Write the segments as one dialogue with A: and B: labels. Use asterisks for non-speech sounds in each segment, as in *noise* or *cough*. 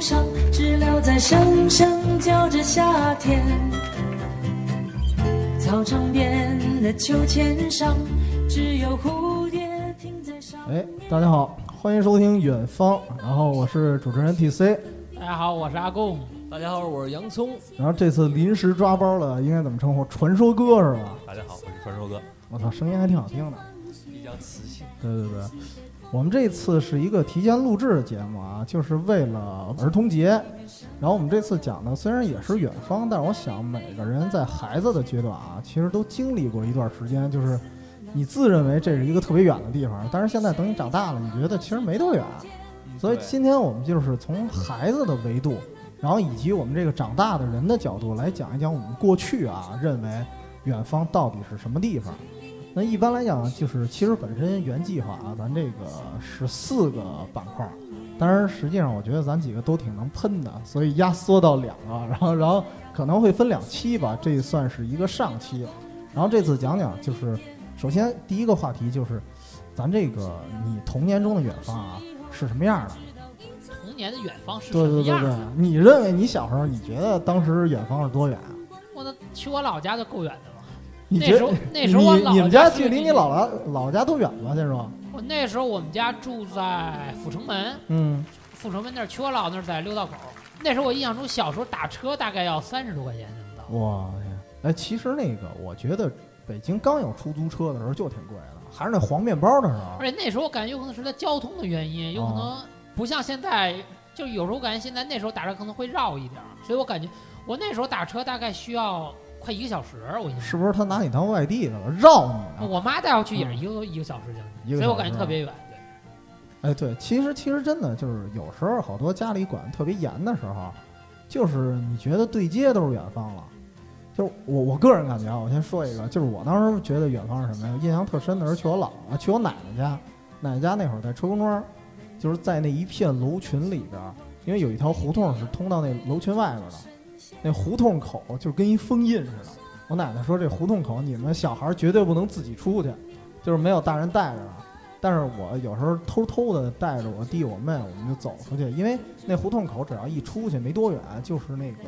A: 上，知了在声声叫着夏天。操场边的秋千上，只有蝴蝶停在上面。
B: 哎，大家好，欢迎收听《远方》，然后我是主持人 PC，
C: 大家好，我是阿贡。
D: 大家好，我是洋葱。
B: 然后这次临时抓包了，应该怎么称呼？传说哥是吧？
D: 大家好，我是传说哥，
B: 我操，声音还挺好听的。
D: 比较磁性。
B: 对对对，我们这次是一个提前录制的节目啊，就是为了儿童节。然后我们这次讲的虽然也是远方，但是我想每个人在孩子的阶段啊，其实都经历过一段时间，就是你自认为这是一个特别远的地方，但是现在等你长大了，你觉得其实没多远。所以今天我们就是从孩子的维度，然后以及我们这个长大的人的角度来讲一讲我们过去啊认为远方到底是什么地方。那一般来讲，就是其实本身原计划啊，咱这个是四个板块儿，当然实际上我觉得咱几个都挺能喷的，所以压缩到两个，然后然后可能会分两期吧，这算是一个上期。然后这次讲讲就是，首先第一个话题就是，咱这个你童年中的远方啊是什么样的？
C: 童年的远方是什
B: 对
C: 么
B: 对对
C: 样
B: 对
C: 的？，
B: 你认为你小时候，你觉得当时远方是多远啊？
C: 我的去我老家就够远的了。
B: 你
C: 那
B: 觉
C: 时候那
B: 你
C: 时候我老
B: 你们
C: 家是
B: 距离
C: 离
B: 你老家老家都远吗？先说，
C: 我那时候我们家住在阜成门，
B: 嗯，
C: 阜成门那儿去我老那儿在六道口。那时候我印象中小时候打车大概要三十多块钱才能到。
B: 哇，哎，其实那个我觉得北京刚有出租车的时候就挺贵的，还是那黄面包的时候
C: 而且那时候我感觉有可能是在交通的原因，有可
B: 哦
C: 能不像现在，就有时候感觉现在那时候打车可能会绕一点儿，所以我感觉我那时候打车大概需要快一个小时，我印象
B: 是
C: 中。
B: 不是他拿你当外地的了，绕你呢？啊
C: 我妈带我去也是一个一个小时将
B: 一
C: 近，
B: 个
C: 所以我
B: 小
C: 感
B: 时
C: 觉
B: 啊
C: 特别远。对
B: 哎，对，其实其实真的就是有时候好多家里管得特别严的时候，就是你觉得对接都是远方了。就是我我个人感觉啊，我先说一个，就是我当时觉得远方是什么呀？印象特深的是去我姥姥去我奶奶家，奶奶家那会儿在车公庄，就是在那一片楼群里边儿，因为有一条胡同是通到那楼群外边儿的，那胡同口就跟一封印似的。我奶奶说这胡同口你们小孩儿绝对不能自己出去，就是没有大人带着的。但是我有时候偷偷的带着我弟我妹，我们就走出去，因为那胡同口只要一出去没多远，就是那个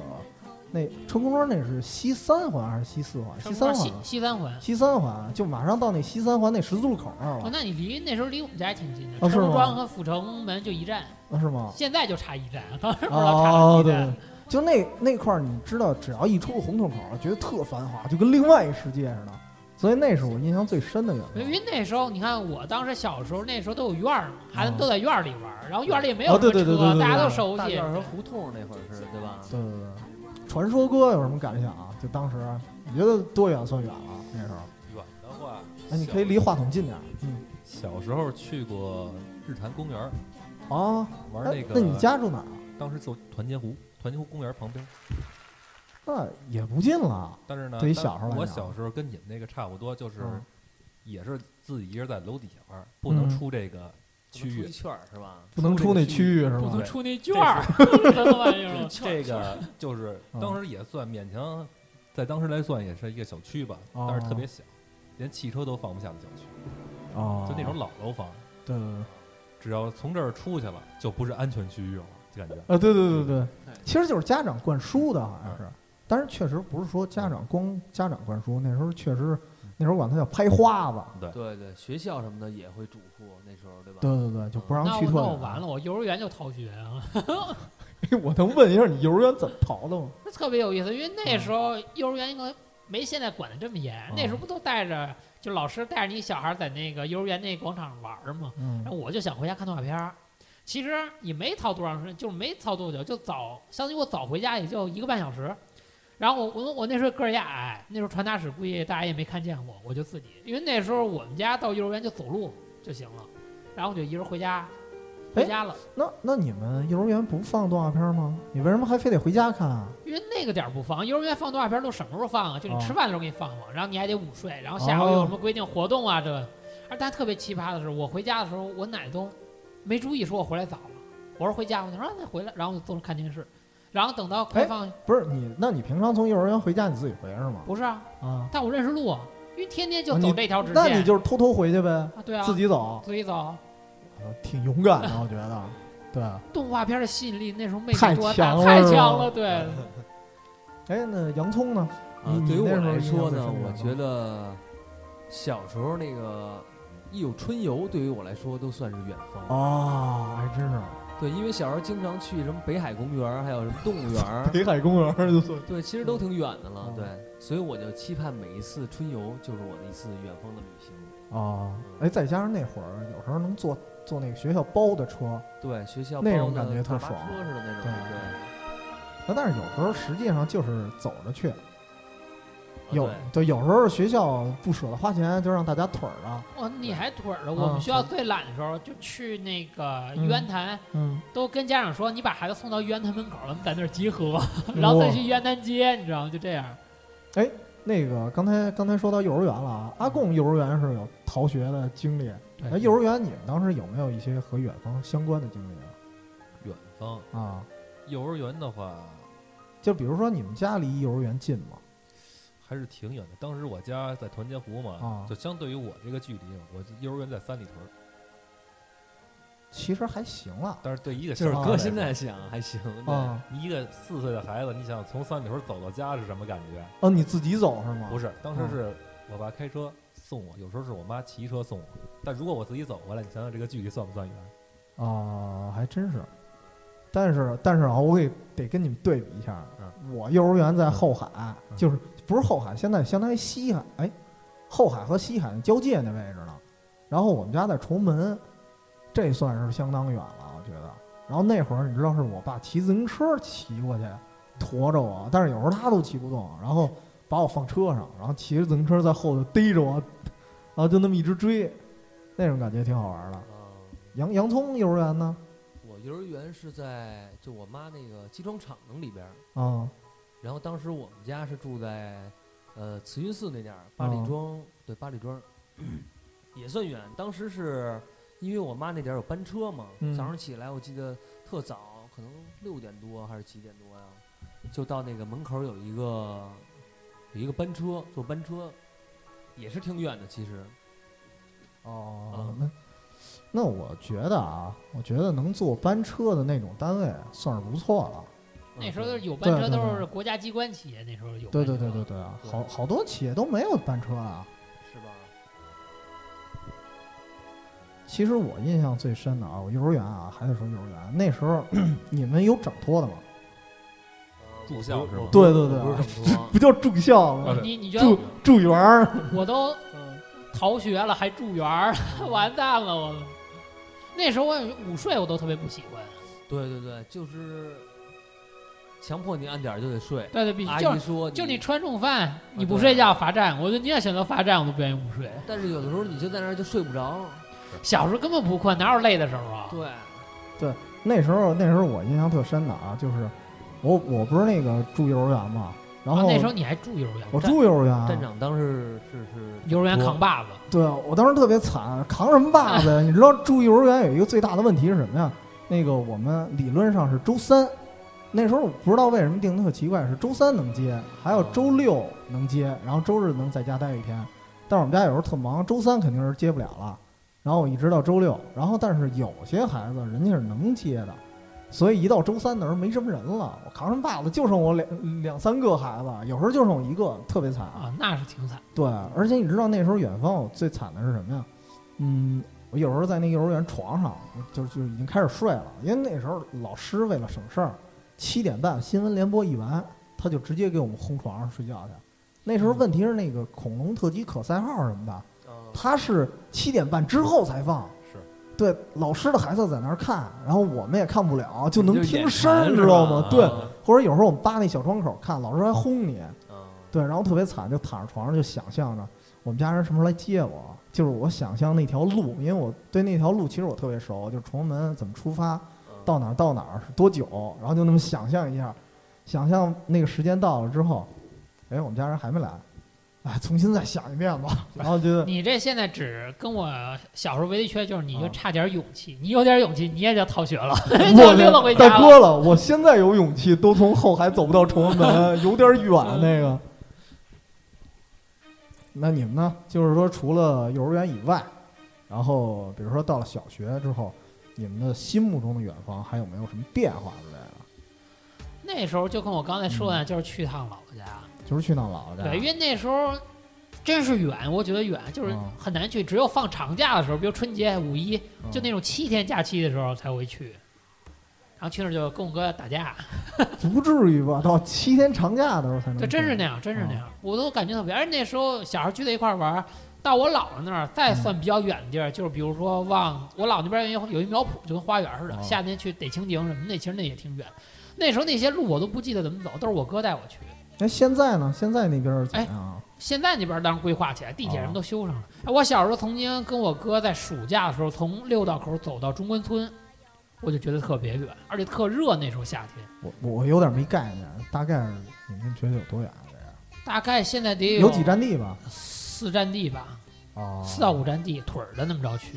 B: 那车公庄那是西三环还是西四环？西三环
C: 西
B: 吧，
C: 西三环。
B: 西三环就马上到那西三环那十字路口那儿
C: 哦，
B: 了，
C: 那你离那时候离我们家还挺近的，
B: 哦是
C: 城
B: 吗
C: 庄和阜成门就一站，
B: 啊是吗？
C: 现在就差一站， *laughs* 当时不知道差
B: 哦
C: 了
B: 哦
C: 几
B: 对
C: 站。，
B: 就那那块儿，你知道，只要一出胡同口，觉得特繁华，就跟另外一世界似的。所以那是我印象最深的远
C: 因 *laughs*
B: 方。
C: 为那时候你看，我当时小时候那时候都有院儿嘛，孩子
B: 哦
C: 们都在院儿里玩儿，然后院儿里也没
B: 哦
C: 有
B: 对对
C: 什么
B: 对对
C: 车，
B: 对
C: 大家
B: 对
C: 都
B: 对
C: 熟
D: 大
C: 悉
D: 院。和胡同那会儿是对吧？
B: 对对对，传说哥有什么感想啊？就当时你觉得多远算远了？那时候，
E: 远的话，
B: 哎，你可以离话筒近点儿。嗯。
E: 小时候去过日坛公园儿
B: 啊，
E: 玩
B: 哎
E: 那个。
B: 那你家住哪儿啊？
E: 当时住团结湖，团结湖公园旁边。
B: 那也不近了。
E: 但是呢，
B: 对于
E: 当
B: 小时候来
E: 我
B: 讲
E: 小时候跟你们那个差不多，就是
B: 嗯
E: 也是自己一个人在楼底下玩儿，不能
B: 嗯
E: 出这个区
D: 出
E: 域
D: 一。圈儿是吧？
B: 不能出那区域是
C: 不
B: 吧？
C: 能
E: 对
C: 出那圈儿，什么玩意儿
D: 哦
E: *laughs*
C: 了？
E: 这个就是
B: 嗯
E: 当时也算勉强，在当时来算也是一个小区吧，
B: 哦
E: 但是特别小，连汽车都放不下的小区，
B: 哦，
E: 就那种老楼房。
B: 对对对，
E: 只要从这儿出去了，就不是安全区域了，就感觉。
B: 啊，对对对对
D: 哎，
B: 其实就是家长灌输的，好
C: 嗯
B: 像是。但是确实不是说家长光家长灌输，那时候确实，
C: 嗯
B: 那时候管它叫拍花子。
D: 对对，学校什么的也会嘱咐那时候对吧？
B: 对对对，就不让
C: 那
B: 去
C: 我
B: 特
C: 那我
B: 远
C: 完了，我幼儿园就逃学啊，
B: *laughs* 我能问一下你幼儿园怎么逃的吗？
C: 那特别有意思，因为
B: 嗯
C: 那时候幼儿园应该没现在管的这么严，那
B: 哦
C: 时候不都带着就老师带着你小孩在那个幼儿园那广场玩儿吗？然
B: 嗯，
C: 哎后我就想回家看动画片儿。其实也没逃多长时间，就是没逃多久，就早，相当于我早回家也就一个半小时。然后我我我那时候个儿也矮，那时候传达室估计大家也没看见我，我就自己，因为那时候我们家到幼儿园就走路就行了，然后我就一人回家，回家了，
B: 那那你们幼儿园不放动画片吗？你为什么还非得回家看啊？
C: 因为那个点儿不放，幼儿园放动画片儿都什么时候放啊？就你
B: 哦
C: 吃饭的时候给你放放，然后你还得午睡，然后下午有什么规定活动啊这个。而但特别奇葩的是，我回家的时候，我奶都没注意说我回来早了，我说回家，我就说啊那回来，然后我就坐着看电视，然后等到快放，
B: 不是你，那你平常从幼儿园回家你自己回是吗？
C: 不是啊，
B: 啊，
C: 但我认识路，啊，因为天天就
B: 啊
C: 走
B: 你
C: 这条直线，
B: 那你就是偷偷回去呗，
C: 啊对啊，
B: 自己走，
C: 自己走， *laughs*
B: 挺勇敢的，我觉得。对啊。
C: 动画片的吸引力那时候魅
B: 太
C: 力多大，
B: 强了
C: 太
B: 是
C: 强
B: 吧 *laughs*
C: 了，对，
B: 哎，那洋葱呢？
D: 啊，
B: 你
D: 对于
B: 你
D: 我
B: 那时候印象最
D: 来说呢，
B: 深
D: 我
B: 刻
D: 觉得小时候那个一有春游，对于我来说都算是远方。
C: 哦
B: 啊，还真是，
D: 对，因为小时候经常去什么北海公园儿，还有什么动物园儿
B: *laughs* 北海公园儿就算
D: 对，其实都挺远的了
B: 嗯。
D: 对，所以我就期盼每一次春游就是我的一次远方的旅行。
B: 啊。哎，再加上那会儿有时候能坐坐那个学校包的车，
D: 对，学校
B: 那
D: 包
B: 种
D: 的
B: 感觉特
D: 大巴
B: 爽
D: 车似的那种，
B: 对
D: 对
B: 那但是有时候实际上就是走着去。
D: 啊
B: 有
D: 对
B: 对，有时候学校不舍得花钱，就让大家腿儿了。
C: 哦，你还腿儿了。我
B: 啊
C: 们学校最懒的时候，就去那个
B: 嗯
C: 玉渊潭，
B: 嗯，
C: 都跟家长说，你把孩子送到玉渊潭门口，咱们在那儿集合，然后再去玉渊潭街，你知道吗？就这样。
B: 那个刚才刚才说到幼儿园了啊，阿贡幼儿园是有逃学的经历。
C: 对
B: 哎，幼儿园你们当时有没有一些和远方相关的经历
E: 远方
B: 啊？啊，
E: 幼儿园的话
B: 就比如说你们家离幼儿园近吗？
E: 还是挺远的。当时我家在团结湖嘛
B: 啊，
E: 就相对于我这个距离，我幼儿园在三里屯儿，
B: 其实还行了
E: 但是对一个
D: 就是
E: 小孩
D: 搁
E: 来
D: 现
E: 说
D: 在想还行，对，
B: 啊。
E: 你一个四岁的孩子，你想从三里屯走到家是什么感觉？
B: 哦，你自己走是吗？
E: 不
B: 是
E: 是，当时是我爸开车送我，有时候是我妈骑车送我。但如果我自己走回来，你想想这个距离算不算远？
B: 啊，还真是。但是但是啊，我给得跟你们对比一下。啊
E: 嗯
B: 我幼儿园在后海，
E: 嗯
B: 就是不是后海，现在相当于西海，哎，后海和西海交界那位置呢。然后我们家在崇门，这算是相当远了，我觉得。然后那会儿你知道是我爸骑自行车骑过去，驮着我，但是有时候他都骑不动，然后把我放车上，然后骑着自行车在后头逮着我，然后就那么一直追，那种感觉挺好玩的。
D: 啊。
B: 洋洋葱幼儿园呢？
D: 我幼儿园是在就我妈那个机装厂子里边儿，
B: 啊
D: 然后当时我们家是住在呃慈云寺那点儿，八
B: 哦
D: 里庄、对八里庄， *coughs* 也算远。当时是因为我妈那点儿有班车嘛，
B: 嗯
D: 早上起来我记得特早，可能六点多还是几点多呀，就到那个门口有一个有一个班车，坐班车也是挺远的，其实
B: 哦
D: 嗯
B: 那那我觉得啊，我觉得能坐班车的那种单位啊算是不错了。
C: 那时候
D: 嗯
C: 有班
B: 对
C: 车
B: 对
C: 都
B: 对
C: 是国家机关企业，那时候有
B: 对
C: 班车。
B: 对对对对啊，
D: 对
B: 好好多企业都没有班车啊。
D: 是吧？
B: 其实我印象最深的啊，我幼儿园啊，还得说幼儿园那时候， *clears throat* 你们有整托的吗？
E: 住校是吗
B: 对对对。
D: 不是这么说
B: 不叫住校吗？
E: 对
C: 你你觉
B: 住
C: 得
B: 住园儿。
C: 我都
B: *laughs*
C: 逃学了还住园儿， *laughs* 完蛋了我。那时候我午睡我都特别不喜欢，
D: 对对对，就是强迫你按点儿就得睡。
C: 对对，必须
D: 阿
C: 就
D: 姨
C: 是
D: 说，
C: 就你穿中饭，你不
D: 对
C: 睡觉罚站，我就宁愿选择罚站，我都不愿意午睡。
D: 但是有的时候你就在那儿就睡不着。
C: 小时候根本不困，哪有累的时候啊？
D: 对，
B: 那时候那时候我印象特深的啊，就是我我不是那个住幼儿园嘛，然
C: 啊
B: 后
C: 那时候你还住幼儿园？
B: 我住幼儿园啊，
D: 站长当时是是
C: 幼儿园扛把子，
B: 对啊，我当时特别惨，扛什么把子呀？ *laughs* 你知道住幼儿园有一个最大的问题是什么呀？那个我们理论上是周三，那时候我不知道为什么定的特奇怪，是周三能接，还有周六能接，然后周日能在家待一天。但是我们家有时候特忙，周三肯定是接不了了。然后我一直到周六，然后但是有些孩子人家是能接的，所以一到周三的时候没什么人了，我扛什么把子就剩我两两三个孩子，有时候就剩我一个，特别惨啊
C: 啊，那是挺惨。
B: 对，而且你知道那时候远方我最惨的是什么呀？嗯，我有时候在那幼儿园床上就就已经开始睡了，因为那时候老师为了省事儿，七点半新闻联播一完，他就直接给我们轰床上睡觉去。那时
D: 嗯
B: 候问题是那个恐龙特级可赛号什么的，他是七点半之后才放。
E: 是。
B: 对，老师的孩子在那儿看，然后我们也看不了，就能
D: 你就眼
B: 听声儿，
D: 馋
B: 你
D: 是
B: 知道
D: 吧
B: 吗
D: 啊？
B: 对，或者有时候我们扒那小窗口看，老师还轰你。
D: 嗯
B: 对，然后特别惨，就躺在床上就想象着我们家人什么时候来接我，就是我想象那条路，因为我对那条路其实我特别熟，就是崇文门怎么出发，到哪儿到哪儿是多久，然后就那么想象一下，想象那个时间到了之后，哎，我们家人还没来，哎，重新再想一遍吧， *laughs* 然后觉得
C: 你这现在只跟我小时候唯一缺就是你
B: 啊
C: 就差点勇气，你有点勇气你也就逃
B: *laughs*
C: 学了，就溜达
B: 我
C: 回
B: 连大
C: 家了。
B: 哥了，我现在有勇气都从后海走不到崇文门，有点远那个。那你们呢？就是说，除了幼儿园以外，然后比如说到了小学之后，你们的心目中的远方还有没有什么变化之类的？
C: 那时候就跟我刚才说
B: 嗯
C: 的，就是去趟老家。
B: 就是去趟老家，
C: 对，因为那时候真是远，我觉得远就是
B: 嗯
C: 很难去，只有放长假的时候，比如春节、五一，
B: 嗯
C: 就那种七天假期的时候才会去。然后去那儿就跟我哥打架，
B: 不至于吧？到七天长假的时候才能去，
C: 就真是那样，真是
B: 嗯
C: 那样，我都感觉到别人那时候小孩聚在一块儿玩儿，到我姥姥那儿再
B: 嗯
C: 算比较远的地儿，就是比如说往我姥那边有一有一苗圃，就跟花园似的，
B: 哦
C: 夏天去逮蜻蜓什么的，其实那也挺远。那时候那些路我都不记得怎么走，都是我哥带我去。
B: 那哎现在呢？现在那边儿怎
C: 哎
B: 么样啊？
C: 现在那边当然规划起来，地铁
B: 哦
C: 什么都修上了。哎我小时候曾经跟我哥在暑假的时候，从六道口走到中关村，我就觉得特别远，而且特热。那时候夏天，
B: 我我有点没概念，大概是你们觉得有多远啊？这样
C: 大概现在得
B: 有几站地吧？
C: 四站地吧，
B: 啊，
C: 四到五站地，腿儿的那么着去。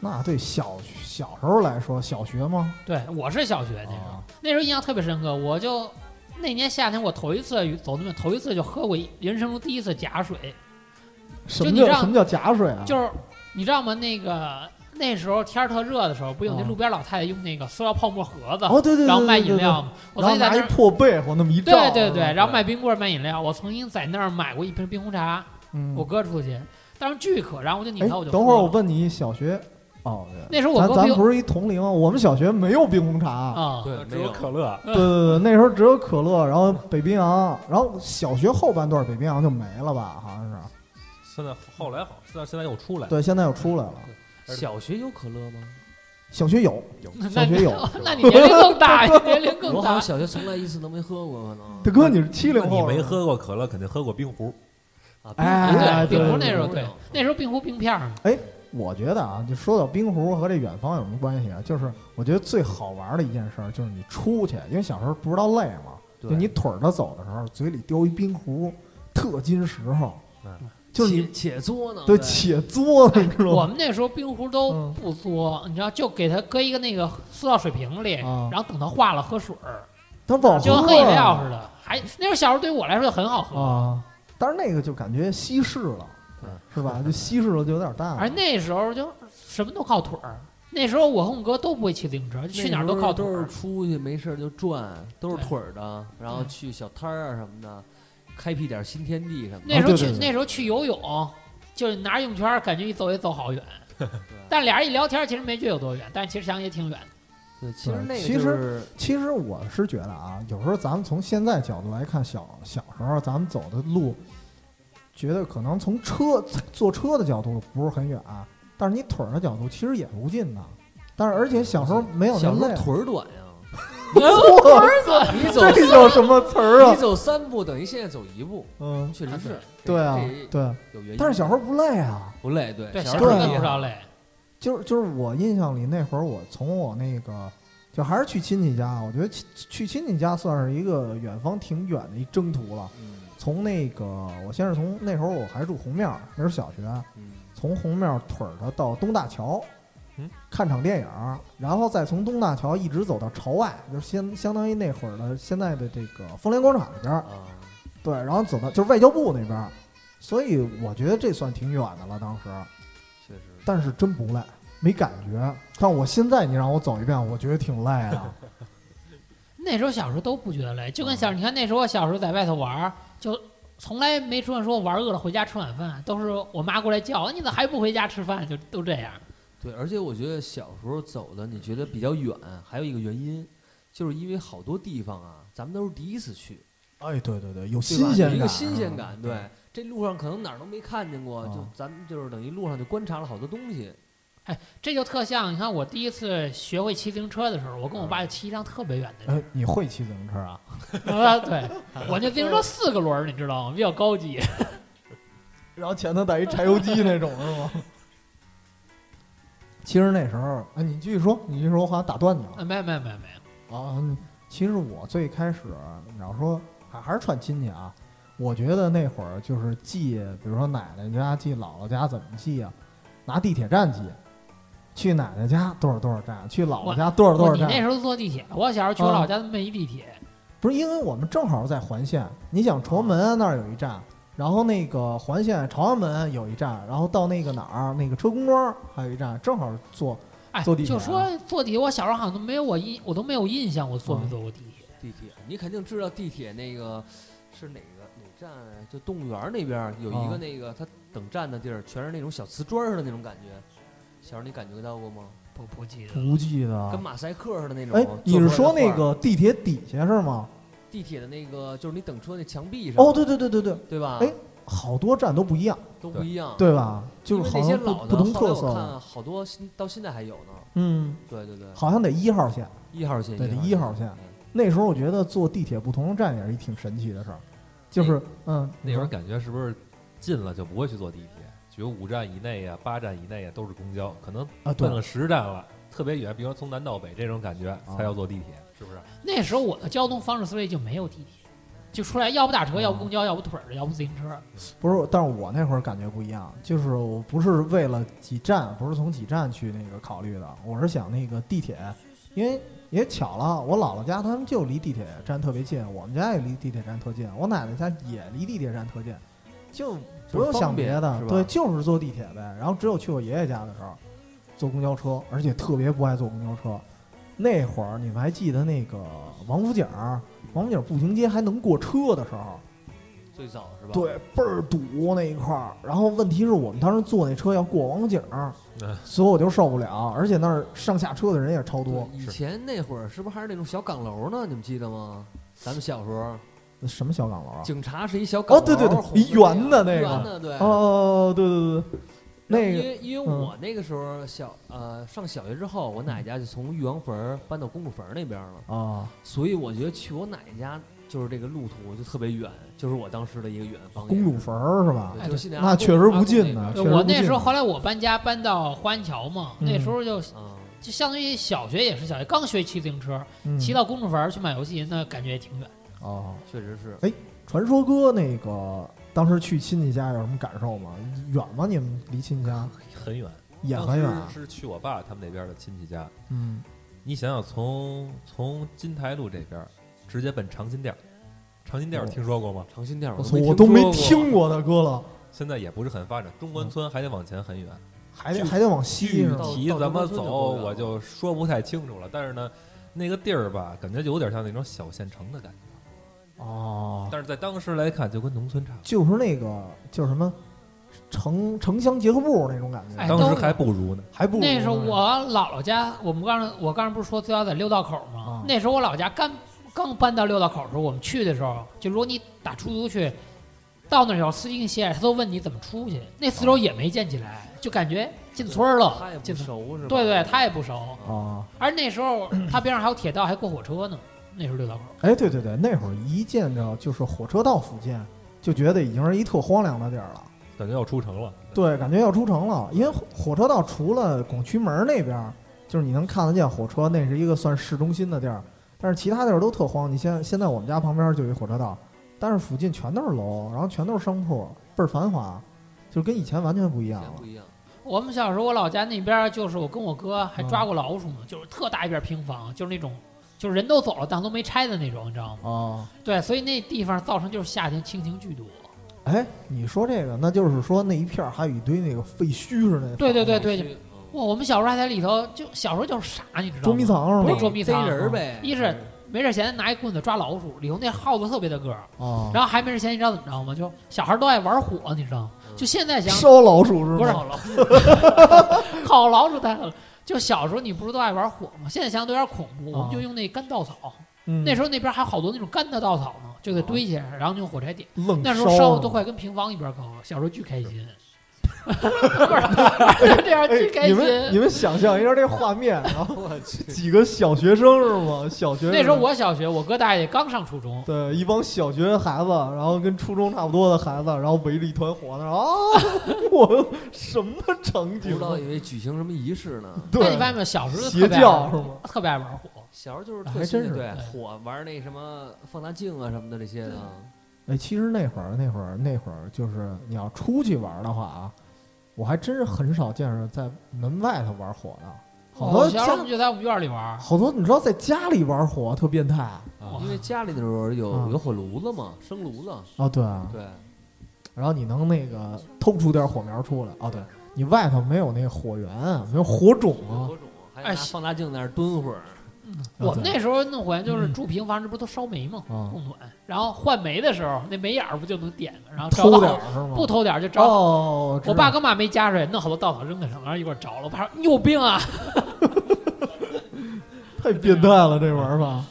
B: 那对小小时候来说，小学吗？
C: 对，我是小哎学那时候，
B: 啊
C: 那时候印象特别深刻。我就那年夏天，我头一次走那么，头一次就喝过一人生中第一次假水，
B: 什
C: 就
B: 么
C: 你
B: 叫
C: 让
B: 什么叫假水啊？
C: 就是你知道吗？那个那时候天儿特热的时候，不有那
B: 啊
C: 路边老太太用那个塑料泡沫盒子，
B: 哦，对对对，
C: 然后卖
B: 对
C: 饮，料
B: 对对
C: 嘛。我
B: 然后
C: 曾经在
B: 拿
C: 那
B: 一
C: 儿，
B: 破被往那么一照，
C: 对对对，然后
B: 对
C: 卖冰棍儿卖饮料。我曾经在那儿买过一瓶冰红茶，
B: 嗯，
C: 我哥出去，当时巨渴，然后我就拧
B: 哎，
C: 开我就
B: 等会儿
C: 喝
B: 我
C: 了
B: 问你，小学哦，对
C: 那时候我
B: 咱
C: 哥
B: 咱
C: 比我
B: 不是一同龄吗，我们小学没有冰红茶，
C: 啊，
D: 对，
E: 只
D: 没
E: 有
D: 有
E: 可乐，
B: 对对对，那时候只有可乐，然后北冰洋，然后小学后半段北冰洋就没了吧？好像是，
E: 现在后来好，现在现在又出来了，
B: 对，现在又出来了。
D: 小学有可乐吗？
B: 小学有，
C: *laughs* 那
B: 小
C: 你
B: 学有。
C: 那你年龄更大，你年龄
D: 我
C: 更
D: 好像
C: 大。
D: 小学从来一次都没喝过，可能。
B: 大哥，你是七零
E: 那你
B: 后，
E: 没？喝过可乐，肯定喝过冰壶。
D: 啊，
B: 哎
C: 啊
B: 哎
C: 对，
B: 对
C: 冰壶
B: 对
C: 那时候对
D: 对，
C: 那时候冰壶冰片儿嘛，
B: 我觉得啊，就说到冰壶和这远方有什么关系啊？就是我觉得最好玩的一件事儿就是你出去，因为小时候不知道累嘛，就
D: 对
B: 你腿儿着走的时候，嘴里叼一冰壶，特金时候
E: 嗯，
B: 就是你
D: 且且作呢，
B: 对且作，你知道
C: 我
B: 吗？
C: 们那时候冰壶都
B: 嗯
C: 不嘬，你知道，就给它搁一个那个塑料水瓶里，
B: 啊
C: 然后等它化了喝水儿，
B: 它不好喝
C: 就跟
B: 啊，
C: 喝饮料似的。还那时候小时候对我来说就很好喝，
B: 啊，但是那个就感觉稀释了
D: 对，
B: 是吧？就稀释了，就有点淡
C: 而
B: 了。
C: 那时候就什么都靠腿儿。那时候我和我哥都不会骑自行车，去哪儿都靠腿
D: 都是
C: 儿。
D: 出去没事儿就转，都是
C: 对
D: 腿儿的，然后
C: 对
D: 去小摊儿啊什么的，开辟点儿新天地什么的。
C: 那时
B: 啊
C: 候
B: 对
C: 去
B: 对对
C: 那时候去游泳，就是拿着泳圈儿，感觉一走也走好远。
D: 对
C: 但俩人一聊天儿，其实没觉得有多远，但其实想也挺远的。
D: 对，其实
B: 对
D: 那个
B: 其
D: 就
B: 实
D: 是
B: 其实我是觉得啊，有时候咱们从现在角度来看，小小时候咱们走的路，觉得可能从车 *laughs* 坐车的角度不是很远、但是你腿儿的角度其实也无尽的。但是而且小时候没有那
D: 小时候
B: 累，啊
D: 腿儿短呀，
B: *laughs*
D: 你走
B: 这叫什么词儿
D: 你 *laughs*
B: 啊？
D: 走三步等于现在走一步，
B: 嗯，
D: 确实是。
B: 对啊
D: 这这，
B: 对。
D: 有原因。
B: 但是小时候不累啊，
D: 不累，对
C: 对，
D: 小
C: 小时
D: 时
C: 候
D: 候
B: 对
C: 真
B: 啊
C: 不知道累。
B: 就是就是我印象里那会儿，我从我那个就还是去亲戚家，我觉得去去亲戚家算是一个远方挺远的一征途了。
D: 嗯
B: 从那个，我先是从那时候我还住红庙，那时候小学，
D: 嗯，
B: 从红庙腿儿的到东大桥，
E: 嗯，
B: 看场电影，然后再从东大桥一直走到朝外，就是相相当于那会儿的现在的这个丰联广场那边儿，
D: 啊，
B: 对，然后走到就是外交部那边儿，所以我觉得这算挺远的了当时，
D: 确实。
B: 但是真不累，没感觉。但我现在你让我走一遍，我觉得挺累啊的。
C: 那时候小时候都不觉得累，
B: 啊
C: 就跟小时候你看那时候我小时候在外头玩儿，就从来没出现说玩饿了回家吃晚饭，都是我妈过来叫你咋还不回家吃饭，就都这样。
D: 对，而且我觉得小时候走的，你觉得比较远，还有一个原因，就是因为好多地方啊，咱们都是第一次去，
B: 哎，对对对，有
D: 对
B: 新
D: 吧
B: 鲜
D: 有
B: 感，嗯
D: 一个新鲜感。对，这路上可能哪儿都没看见过，就
B: 啊
D: 咱们就是等于路上就观察了好多东西。
C: 这就特像你看我第一次学会骑自行车的时候，我跟
B: 嗯
C: 我爸就骑一辆特别远的地儿
B: 哎，你会骑自行车啊？*laughs*
C: 啊，对
B: 嗯
C: 我那自行车四个轮儿，你知道吗？比较高级。
B: 然后前头带一柴油机那种是吗？其实那时候，哎，你继续说，你继续说，我好像打断你
C: 啊，
B: 了
C: 没有没有没有没有，
B: 啊。嗯其实我最开始，你要说还还是串亲戚啊，我觉得那会儿就是记，比如说奶奶家、记姥姥家怎么记啊？拿地铁站记，去奶奶家多少多少站，去姥姥家多少多
C: 我
B: 少
C: 你那
B: 站。
C: 时候坐地铁，我小时候去我
B: 啊
C: 老家都没地铁，
B: 不是因为我们正好在环线，你想崇文门那儿有一站，然后那个环线朝阳门有一站，然后到那个哪儿那个车公庄还有一站，正好坐。
C: 哎，
B: 坐地铁啊
C: 就说坐地铁，我小时候好像都没有我印，我都没有印象，我
B: 嗯
C: 坐没坐过地铁。
D: 地铁，你肯定知道地铁那个是哪个哪站啊？就动物园儿那边儿有一
B: 啊
D: 个那个，它等站的地儿全是那种小瓷砖儿似的那种感觉。小时候你感觉到过吗？
C: 不不记得了，
B: 不记
D: 跟
B: 得。
D: 马赛克似的那种。
B: 哦哎
D: 做，
B: 你是
D: 出来
B: 说
D: 的
B: 那
D: 画儿
B: 个地铁底下是吗？
D: 地铁的那个，就是你啊等车那墙壁上，
B: 哦，对对对对对，
D: 对吧？
B: 哎好多站都不一样，
D: 都不一样。
B: 对吧？就是
D: 啊
B: 好
D: 因为那
B: 像
D: 些老
B: 不
D: 的，
B: 不同
D: 后来
B: 特
D: 我
B: 色。
D: 看啊好多新到现在还有呢。
B: 嗯，
D: 对对对，
B: 好像得一号线。
D: 一号线，
B: 对得
D: 一
B: 一号线
D: 嗯
B: 那时候我觉得坐地铁不同的站也是一挺神奇的事儿，
D: 哎
B: 就是嗯，
E: 那时候感觉是不是进了就不会去坐地铁？比如五站以内呀、八站以内呀都是公交，可能
B: 啊，
E: 奔
B: 对啊
E: 了，十站了，特别远，比如说从南到北这种感觉才要坐地铁，是不是？
C: 那时候我的交通方式思维就没有地铁，就出来要不打车，
B: 哦
C: 要不公交，要不腿儿，要不自行车。
B: 不是，但是我那会儿感觉不一样，就是我不是为了几站，不是从几站去那个考虑的，我是想那个地铁，因为也巧了，我姥姥家他们就离地铁站特别近，我们家也离地铁站特近，我奶奶家也离地铁站特近，就不用想别
D: 就是方便
B: 的
D: 是，吧
B: 对，就是坐地铁呗。然后只有去我爷爷家的时候，坐公交车，而且特别不爱坐公交车。那会儿你们还记得那个王府井儿，王府井步行街还能过车的时候，
D: 最早是吧？
B: 对，倍儿堵那一块儿。然后问题是我们当时坐那车要过王府井儿
E: 嗯，
B: 所以我就受不了，而且那儿上下车的人也超
D: 对
B: 多。
D: 以
E: 是
D: 前那会儿是不是还是那种小岗楼呢？你们记得吗？咱们小时
E: 啊
D: 候，
B: 那什么小岗楼啊？
D: 警察是一小岗楼，
B: 哦对对对
D: 红色
B: 一圆的那个
D: 圆的对。
B: 哦哦哦，对对对对，那
D: 因
B: 个嗯
D: 为因为我那个时候小呃上小学之后，我奶奶家就从玉王坟儿搬到公主坟儿那边儿了，
B: 啊，
D: 所以我觉得去我奶奶家就是这个路途就特别远，就是我当时的一个远方。
B: 公主坟儿是吧？
D: 对就是现在
B: 那
D: 阿公
B: 确实不
D: 阿
B: 近
D: 公
B: 呢确
C: 啊
D: 那。
C: 对
B: 实
C: 我
B: 不
C: 那
B: 近
C: 时候
B: 呢
C: 后来我搬家搬到花安桥嘛，
B: 嗯
C: 那时候就
D: 啊，
C: 就相当于小学也是小学刚学骑自行车，
B: 嗯
C: 骑到公主坟儿去买游戏，那感觉也挺远。
B: 哦，
D: 确实是。
B: 传说哥那个当时去亲戚家有什么感受吗？远吗？你们离亲戚家
E: 很远，
B: 也
E: 当
B: 很远啊。
E: 时是去我爸他们那边的亲戚家，
B: 嗯，
E: 你想想从从金台路这边儿直接奔长辛店儿，长辛店儿
B: 哦
E: 听说过吗？
D: 长辛店儿
B: 我
D: 我
B: 操，
D: 没
B: 我都没
D: 说过
B: 听过大哥了，
E: 现在也不是很发展，中
B: 嗯
E: 关村还得往前很远。
B: 还得
E: 具
B: 还得往西
E: 具
B: 是吗？
E: 体
D: 到到
E: 怎么
D: 中关村就
E: 走
D: 不知道
E: 我就说不太清楚了，但是呢，那个地儿吧，感觉就有点像那种小县城的感觉，
B: 哦，
E: 但是在当时来看就跟农村差不多。
B: 就是那个叫什么城城乡结合部那种感觉，
C: 哎
E: 当时
C: 都
E: 还不如呢，
B: 还不如
C: 那时候我姥姥家，我们刚才我刚才不是说最早在六道口
B: 啊
C: 吗？那时候我老家刚刚搬到六道口的时候，我们去的时候，就如果你打出租去，到那儿有司机给你卸载，他都问你怎么出去。那四周也没建起来，就感觉进村儿
D: 他
C: 了
D: 也，不
C: 进村儿。
D: 熟是吧？
C: 对对，他也不熟，
B: 啊，
C: 而那时候他边上还有铁道，还过火车呢。那时候六道口，
B: 哎，对对对，那会儿一见着就是火车道附近，就觉得已经是一特荒凉的地儿了。
E: 感觉要出城了。
B: 对，感觉要出城了，因为火火车道除了拱渠门那边儿，就是你能看得见火车，那是一个算市中心的地儿，但是其他地儿都特荒。你现现在我们家旁边就有一火车道，但是附近全都是楼，然后全都是商铺，倍儿繁华，就跟以前完全不一
D: 以
B: 样
D: 前
B: 了
D: 不。一样。
C: 我们小时候我老家那边儿就是我跟我哥还抓过老鼠呢，就是特大一片平房，就是那种就是人都走了，但都没拆的那种，你知道吗？
B: 哦，
C: 对，所以那地方造成就是夏天蜻蜓巨多。
B: 哎，你说这个，那就是说那一片儿还有一堆那个废墟似的那，
C: 对对对对，
D: 必须，嗯
C: 哇，我们小时候还在里头，就小时候就是傻，你知道吗？
B: 捉迷藏是
C: 不
B: 吗？
C: 是捉迷藏啊
D: 逮人儿呗。
C: 一是没事闲拿一棍子抓老鼠，里头那耗子特别的个儿，
B: 啊，
C: 然后还没事闲，你知道怎么着吗？就小孩都爱玩火，你知道吗？
D: 嗯
C: 就现在想，
B: 烧老鼠是吗？
C: 不是， *laughs* 烤老鼠太狠了。就小时候你不是都爱玩火吗？现在想想都有点恐怖，
B: 啊
C: 我们就用那干稻草，
B: 嗯，哦
C: 那时候那边还有好多那种干的稻草呢，就给堆起来，然后用火柴点。
B: 候愣
C: 那时候
B: 烧
C: 烧
B: 呢
C: 的都快跟平房一边高了，小时候巨开心，不 *laughs* 是就这样巨
B: 哎，
C: 开
B: 你们你
C: 心。
B: 们想象一下这画面，然后
D: 我
B: *laughs*
D: 去，
B: 几个小学生是吗？小学
C: 那时候我小学，我哥大爷刚上初中，
B: 对一帮小学孩子，然后跟初中差不多的孩子，然后围着一团火呢啊， *laughs* 我什么场
D: 不知
B: 景？啊
D: 道以为举行什么仪式呢。
C: 但你
B: 对
C: 发，现没有，小时候
B: 邪
C: 特别爱
B: 教
C: 玩
B: 是吗？
C: 特别爱玩火。
D: 小时候就是
B: 啊
D: 特
B: 还真
D: 新
B: 是
D: 对
C: 对
D: 火玩那什么放大镜啊什么的这些的，
B: 哎，其实那会儿那会儿那会儿就是你要出去玩的话啊，我还真是很少见着在门外头玩火的，好
C: 我
B: 多
C: 小
B: 家
C: 时候我们就在我们院里玩，
B: 好多你知道在家里玩火特变态
E: 啊
D: 因为家里那时候
B: 啊
D: 有有火炉子嘛，生炉子，
C: 哦
B: 啊，对啊，
D: 对，
B: 然后你能那个透出点火苗出来。哦，对，你外头没有那火源啊，没有火种啊，
D: 火种啊还
C: 哎
D: 拿放大镜在那儿蹲会儿，
C: 我们
B: 对
C: 那时候弄环就是
B: 嗯
C: 住平房，这不都烧煤吗？
B: 啊
C: 供暖，然后换煤的时候，那煤眼儿不就能点吗？然后着
B: 偷
C: 到
B: 点儿是吗？
C: 不偷点儿就着。
B: 哦，知
C: 我
B: 道
C: 爸刚把煤加出来，弄好多稻草扔在上面，然后一会儿着了。我爸说：“你有病啊
B: 太变态了，这玩法！”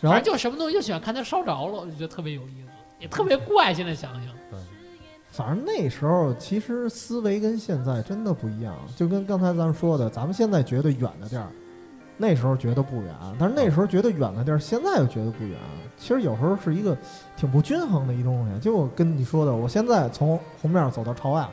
B: 然
C: 反
B: 后
C: 正就什么东西就喜欢看它烧着了，我就觉得特别有意思，也特别怪。现在想想，
B: 反正那时候其实思维跟现在真的不一样，就跟刚才咱们说的，咱们现在觉得远的地儿，那时候觉得不远，但是那时候觉得远的地儿，现在又觉得不远。其实有时候是一个挺不均衡的一东西。就我跟你说的，我现在从红面走到朝外，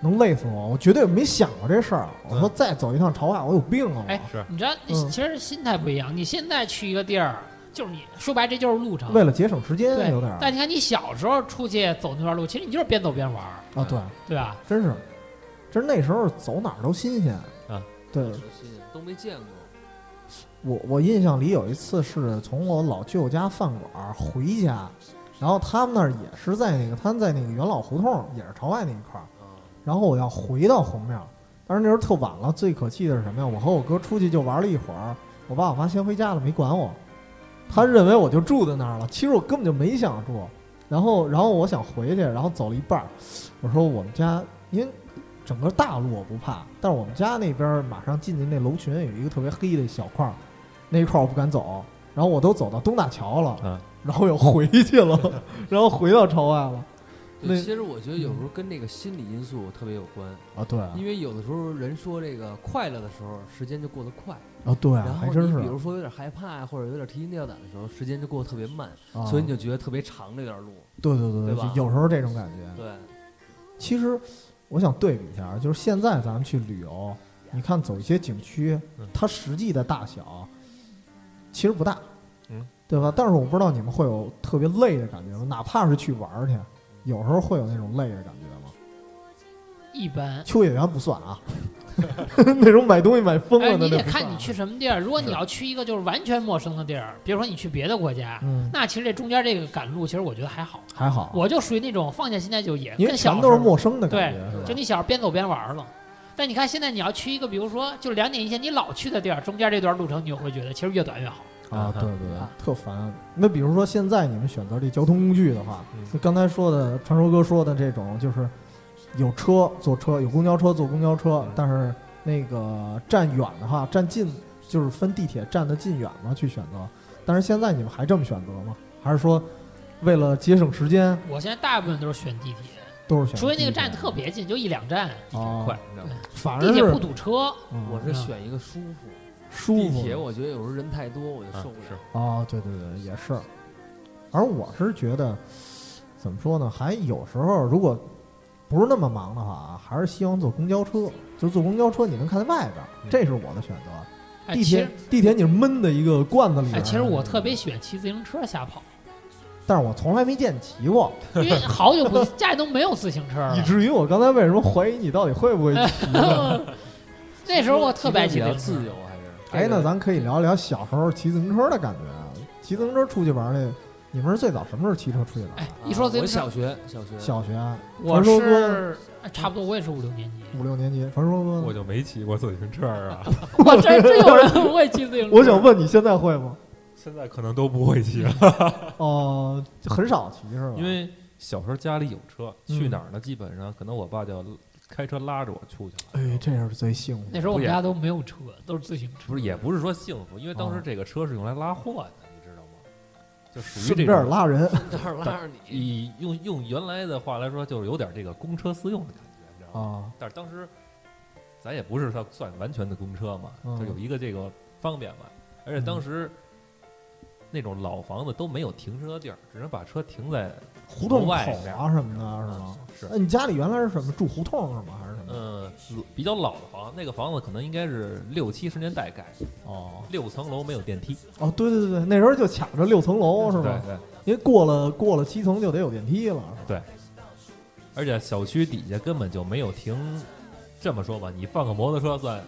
B: 能累死我，我绝对没想过这事儿。我说再走一趟朝外，我有病啊！
C: 嗯哎
B: 我
E: 是
C: 你知道，
B: 嗯
C: 其实心态不一样。你现在去一个地儿，就是你说白，这就是路程。
B: 为了节省时间，
C: 对
B: 有点儿，
C: 但你看你小时候出去走那段路，其实你就是边走边玩儿，
B: 啊，对，
C: 对吧？
B: 真是，真是那时候走哪儿都新鲜
C: 嗯
E: 啊。
B: 对，
D: 多新鲜，都没见过。
B: 我我印象里有一次是从我老舅家饭馆儿回家，然后他们那儿也是在那个，他们在那个元老胡同，也是朝外那一块儿。
D: 啊，
B: 然后我要回到红庙，但是那时候特晚了，最可气的是什么呀？我和我哥出去就玩了一会儿，我爸我妈先回家了，没管我。他认为我就住在那儿了，其实我根本就没想住。然后，然后我想回去，然后走了一半儿，我说我们家因为整个大路我不怕，但是我们家那边儿马上进去那楼群有一个特别黑的小块儿，那一块儿我不敢走。然后我都走到东大桥了，
E: 嗯
B: 然后又回去了，然后回到朝外了。那
D: 对，其实我觉得有时候跟这个心理因素特别有关，
B: 啊，对啊
D: 因，为有的时候人说这个快乐的时候，时间就过得快，
B: 啊，对
D: 然
B: 啊，
D: 后
B: 还
D: 你
B: 真是。
D: 比如说有点害怕呀，或者有点提心吊胆的时候，时间就过得特别慢，
B: 啊
D: 所以你就觉得特别长这段路。
B: 对对对
D: 对吧
B: 有时候这种感觉。
D: 对，
B: 其实我想对比一下，啊就是现在咱们去旅游，你看走一些景区
E: 嗯，
B: 它实际的大小其实不大，
E: 嗯，
B: 对吧？但是我不知道你们会有特别累的感觉吗？哪怕是去玩儿去，有时候会有那种累的感觉吗？
C: 一般。
B: 秋叶原不算啊， *laughs* 那种买东西买疯
C: 哎，
B: 了的
C: 你
B: 那
C: 得
B: 不
C: 看
B: 算
C: 你
B: 啊
C: 去什么地儿。如果你要去一个就是完全陌生的地儿，比如说你去别的国家，
B: 嗯，
C: 那其实这中间这个赶路，其实我觉得还好。
B: 还好，
C: 我就属于那种放下心态就也
B: 因为
C: 跟小
B: 全
C: 时
B: 都是
C: 候
B: 陌生的感
C: 对
B: 觉，是吧，
C: 就你小时候边走边玩儿了。但你看现在你要去一个，比如说就两点一线，你老去的地儿，中间这段路程你就会觉得其实越短越好。
B: 啊，对
E: 嗯
B: 对对，特烦。那比如说现在你们选择这交通工具的话，
E: 嗯
B: 就刚才说的传说哥说的这种，就是有车坐车，有公交车坐公交车
E: 嗯，
B: 但是那个站远的话，站近就是分地铁站的近远嘛去选择。但是现在你们还这么选择吗？还是说为了节省时间
C: 我现在大部分都是选地铁，
B: 都是选择
C: 除
B: 地
C: 非
B: 铁？
C: 那个站特别近，就一两站，
B: 啊，
E: 快，你知道吗？
B: 反
C: 地
B: 而
C: 铁
B: 是
C: 不堵车。
B: 嗯
D: 我是选一个舒服。
B: 舒
D: 地
B: 服
D: 铁我觉得有时候人太多，我就
E: 啊
D: 受不了。
E: 是
B: 哦，对对对，也是。而我是觉得，怎么说呢？还有时候如果不是那么忙的话啊，还是希望坐公交车。就是坐公交车，你能看见外边儿，
E: 嗯
B: 这是我的选择。
C: 哎，
B: 地
C: 其
B: 铁嗯
C: 实，
B: 地铁你是闷在一个罐子里边
C: 哎，
B: 儿。
C: 其实我特别喜欢骑自行车瞎跑，
B: 但是我从来没见你骑过，
C: 因为好久不 *laughs* 家里都没有自行车了
B: 以。至于我刚才为什么怀疑你到底会不会骑
C: 哎
B: 呢？
C: 那时候我特别爱骑
D: 骑车比较
C: 自行
D: 自
C: 车
D: 由，还是
C: *laughs*
B: 哎，那咱可以聊聊小时候骑自行车的感觉啊。骑自行车出去玩儿去，你们是最早什么时候骑车出去玩儿？
C: 哎，一说自
D: 啊我
C: 行车
D: 小，学小学
B: 小学啊，
C: 我
B: 传说哥
C: 是哎差不多，我也是五六
B: *laughs*
C: 年级。
B: 五六年级，传说哥呢
E: 我就没骑过自行车啊，
C: 我真真有人不会骑自行车。
B: 我想问你现在会吗？
E: 现在可能都不会骑了，
B: *laughs* 哦、很少骑是吧？
E: 因为小时候家里有车，去
B: 嗯
E: 哪儿呢？基本上可能我爸就开车拉着我出去了。
B: 哎，这是最幸福
C: 那时候我们家都没有车，都是自行车。
E: 不是，也不是说幸福，因为当
B: 哦
E: 时这个车是用来拉货的，你知道吗？就属于
B: 顺
E: 这
B: 便
E: 种
B: 拉人
D: *laughs* 这儿拉着你，
B: 嗯
E: 以用用原来的话来说，就是有点这个公车私用的感觉，你知道吗？
B: 啊，
E: 但是当时咱也不是算算完全的公车嘛，
B: 嗯
E: 就有一个这个方便嘛。而且当时那种老房子都没有停车的地儿，只能把车停在
B: 胡同口
E: 外
B: 啊什么的，是吗？
E: 是
B: 哎，你家里原来是什么住胡同是吗？还是什么？
E: 嗯比较老的房，那个房子可能应该是六七十年代盖，
B: 哦
E: 六层楼没有电梯，
B: 哦，对对对对，那时候就卡着六层楼是
E: 对
B: 吧？
E: 对。
B: 因为过了过了七层就得有电梯了，是吧？
E: 而且小区底下根本就没有停，这么说吧，你放个摩托车算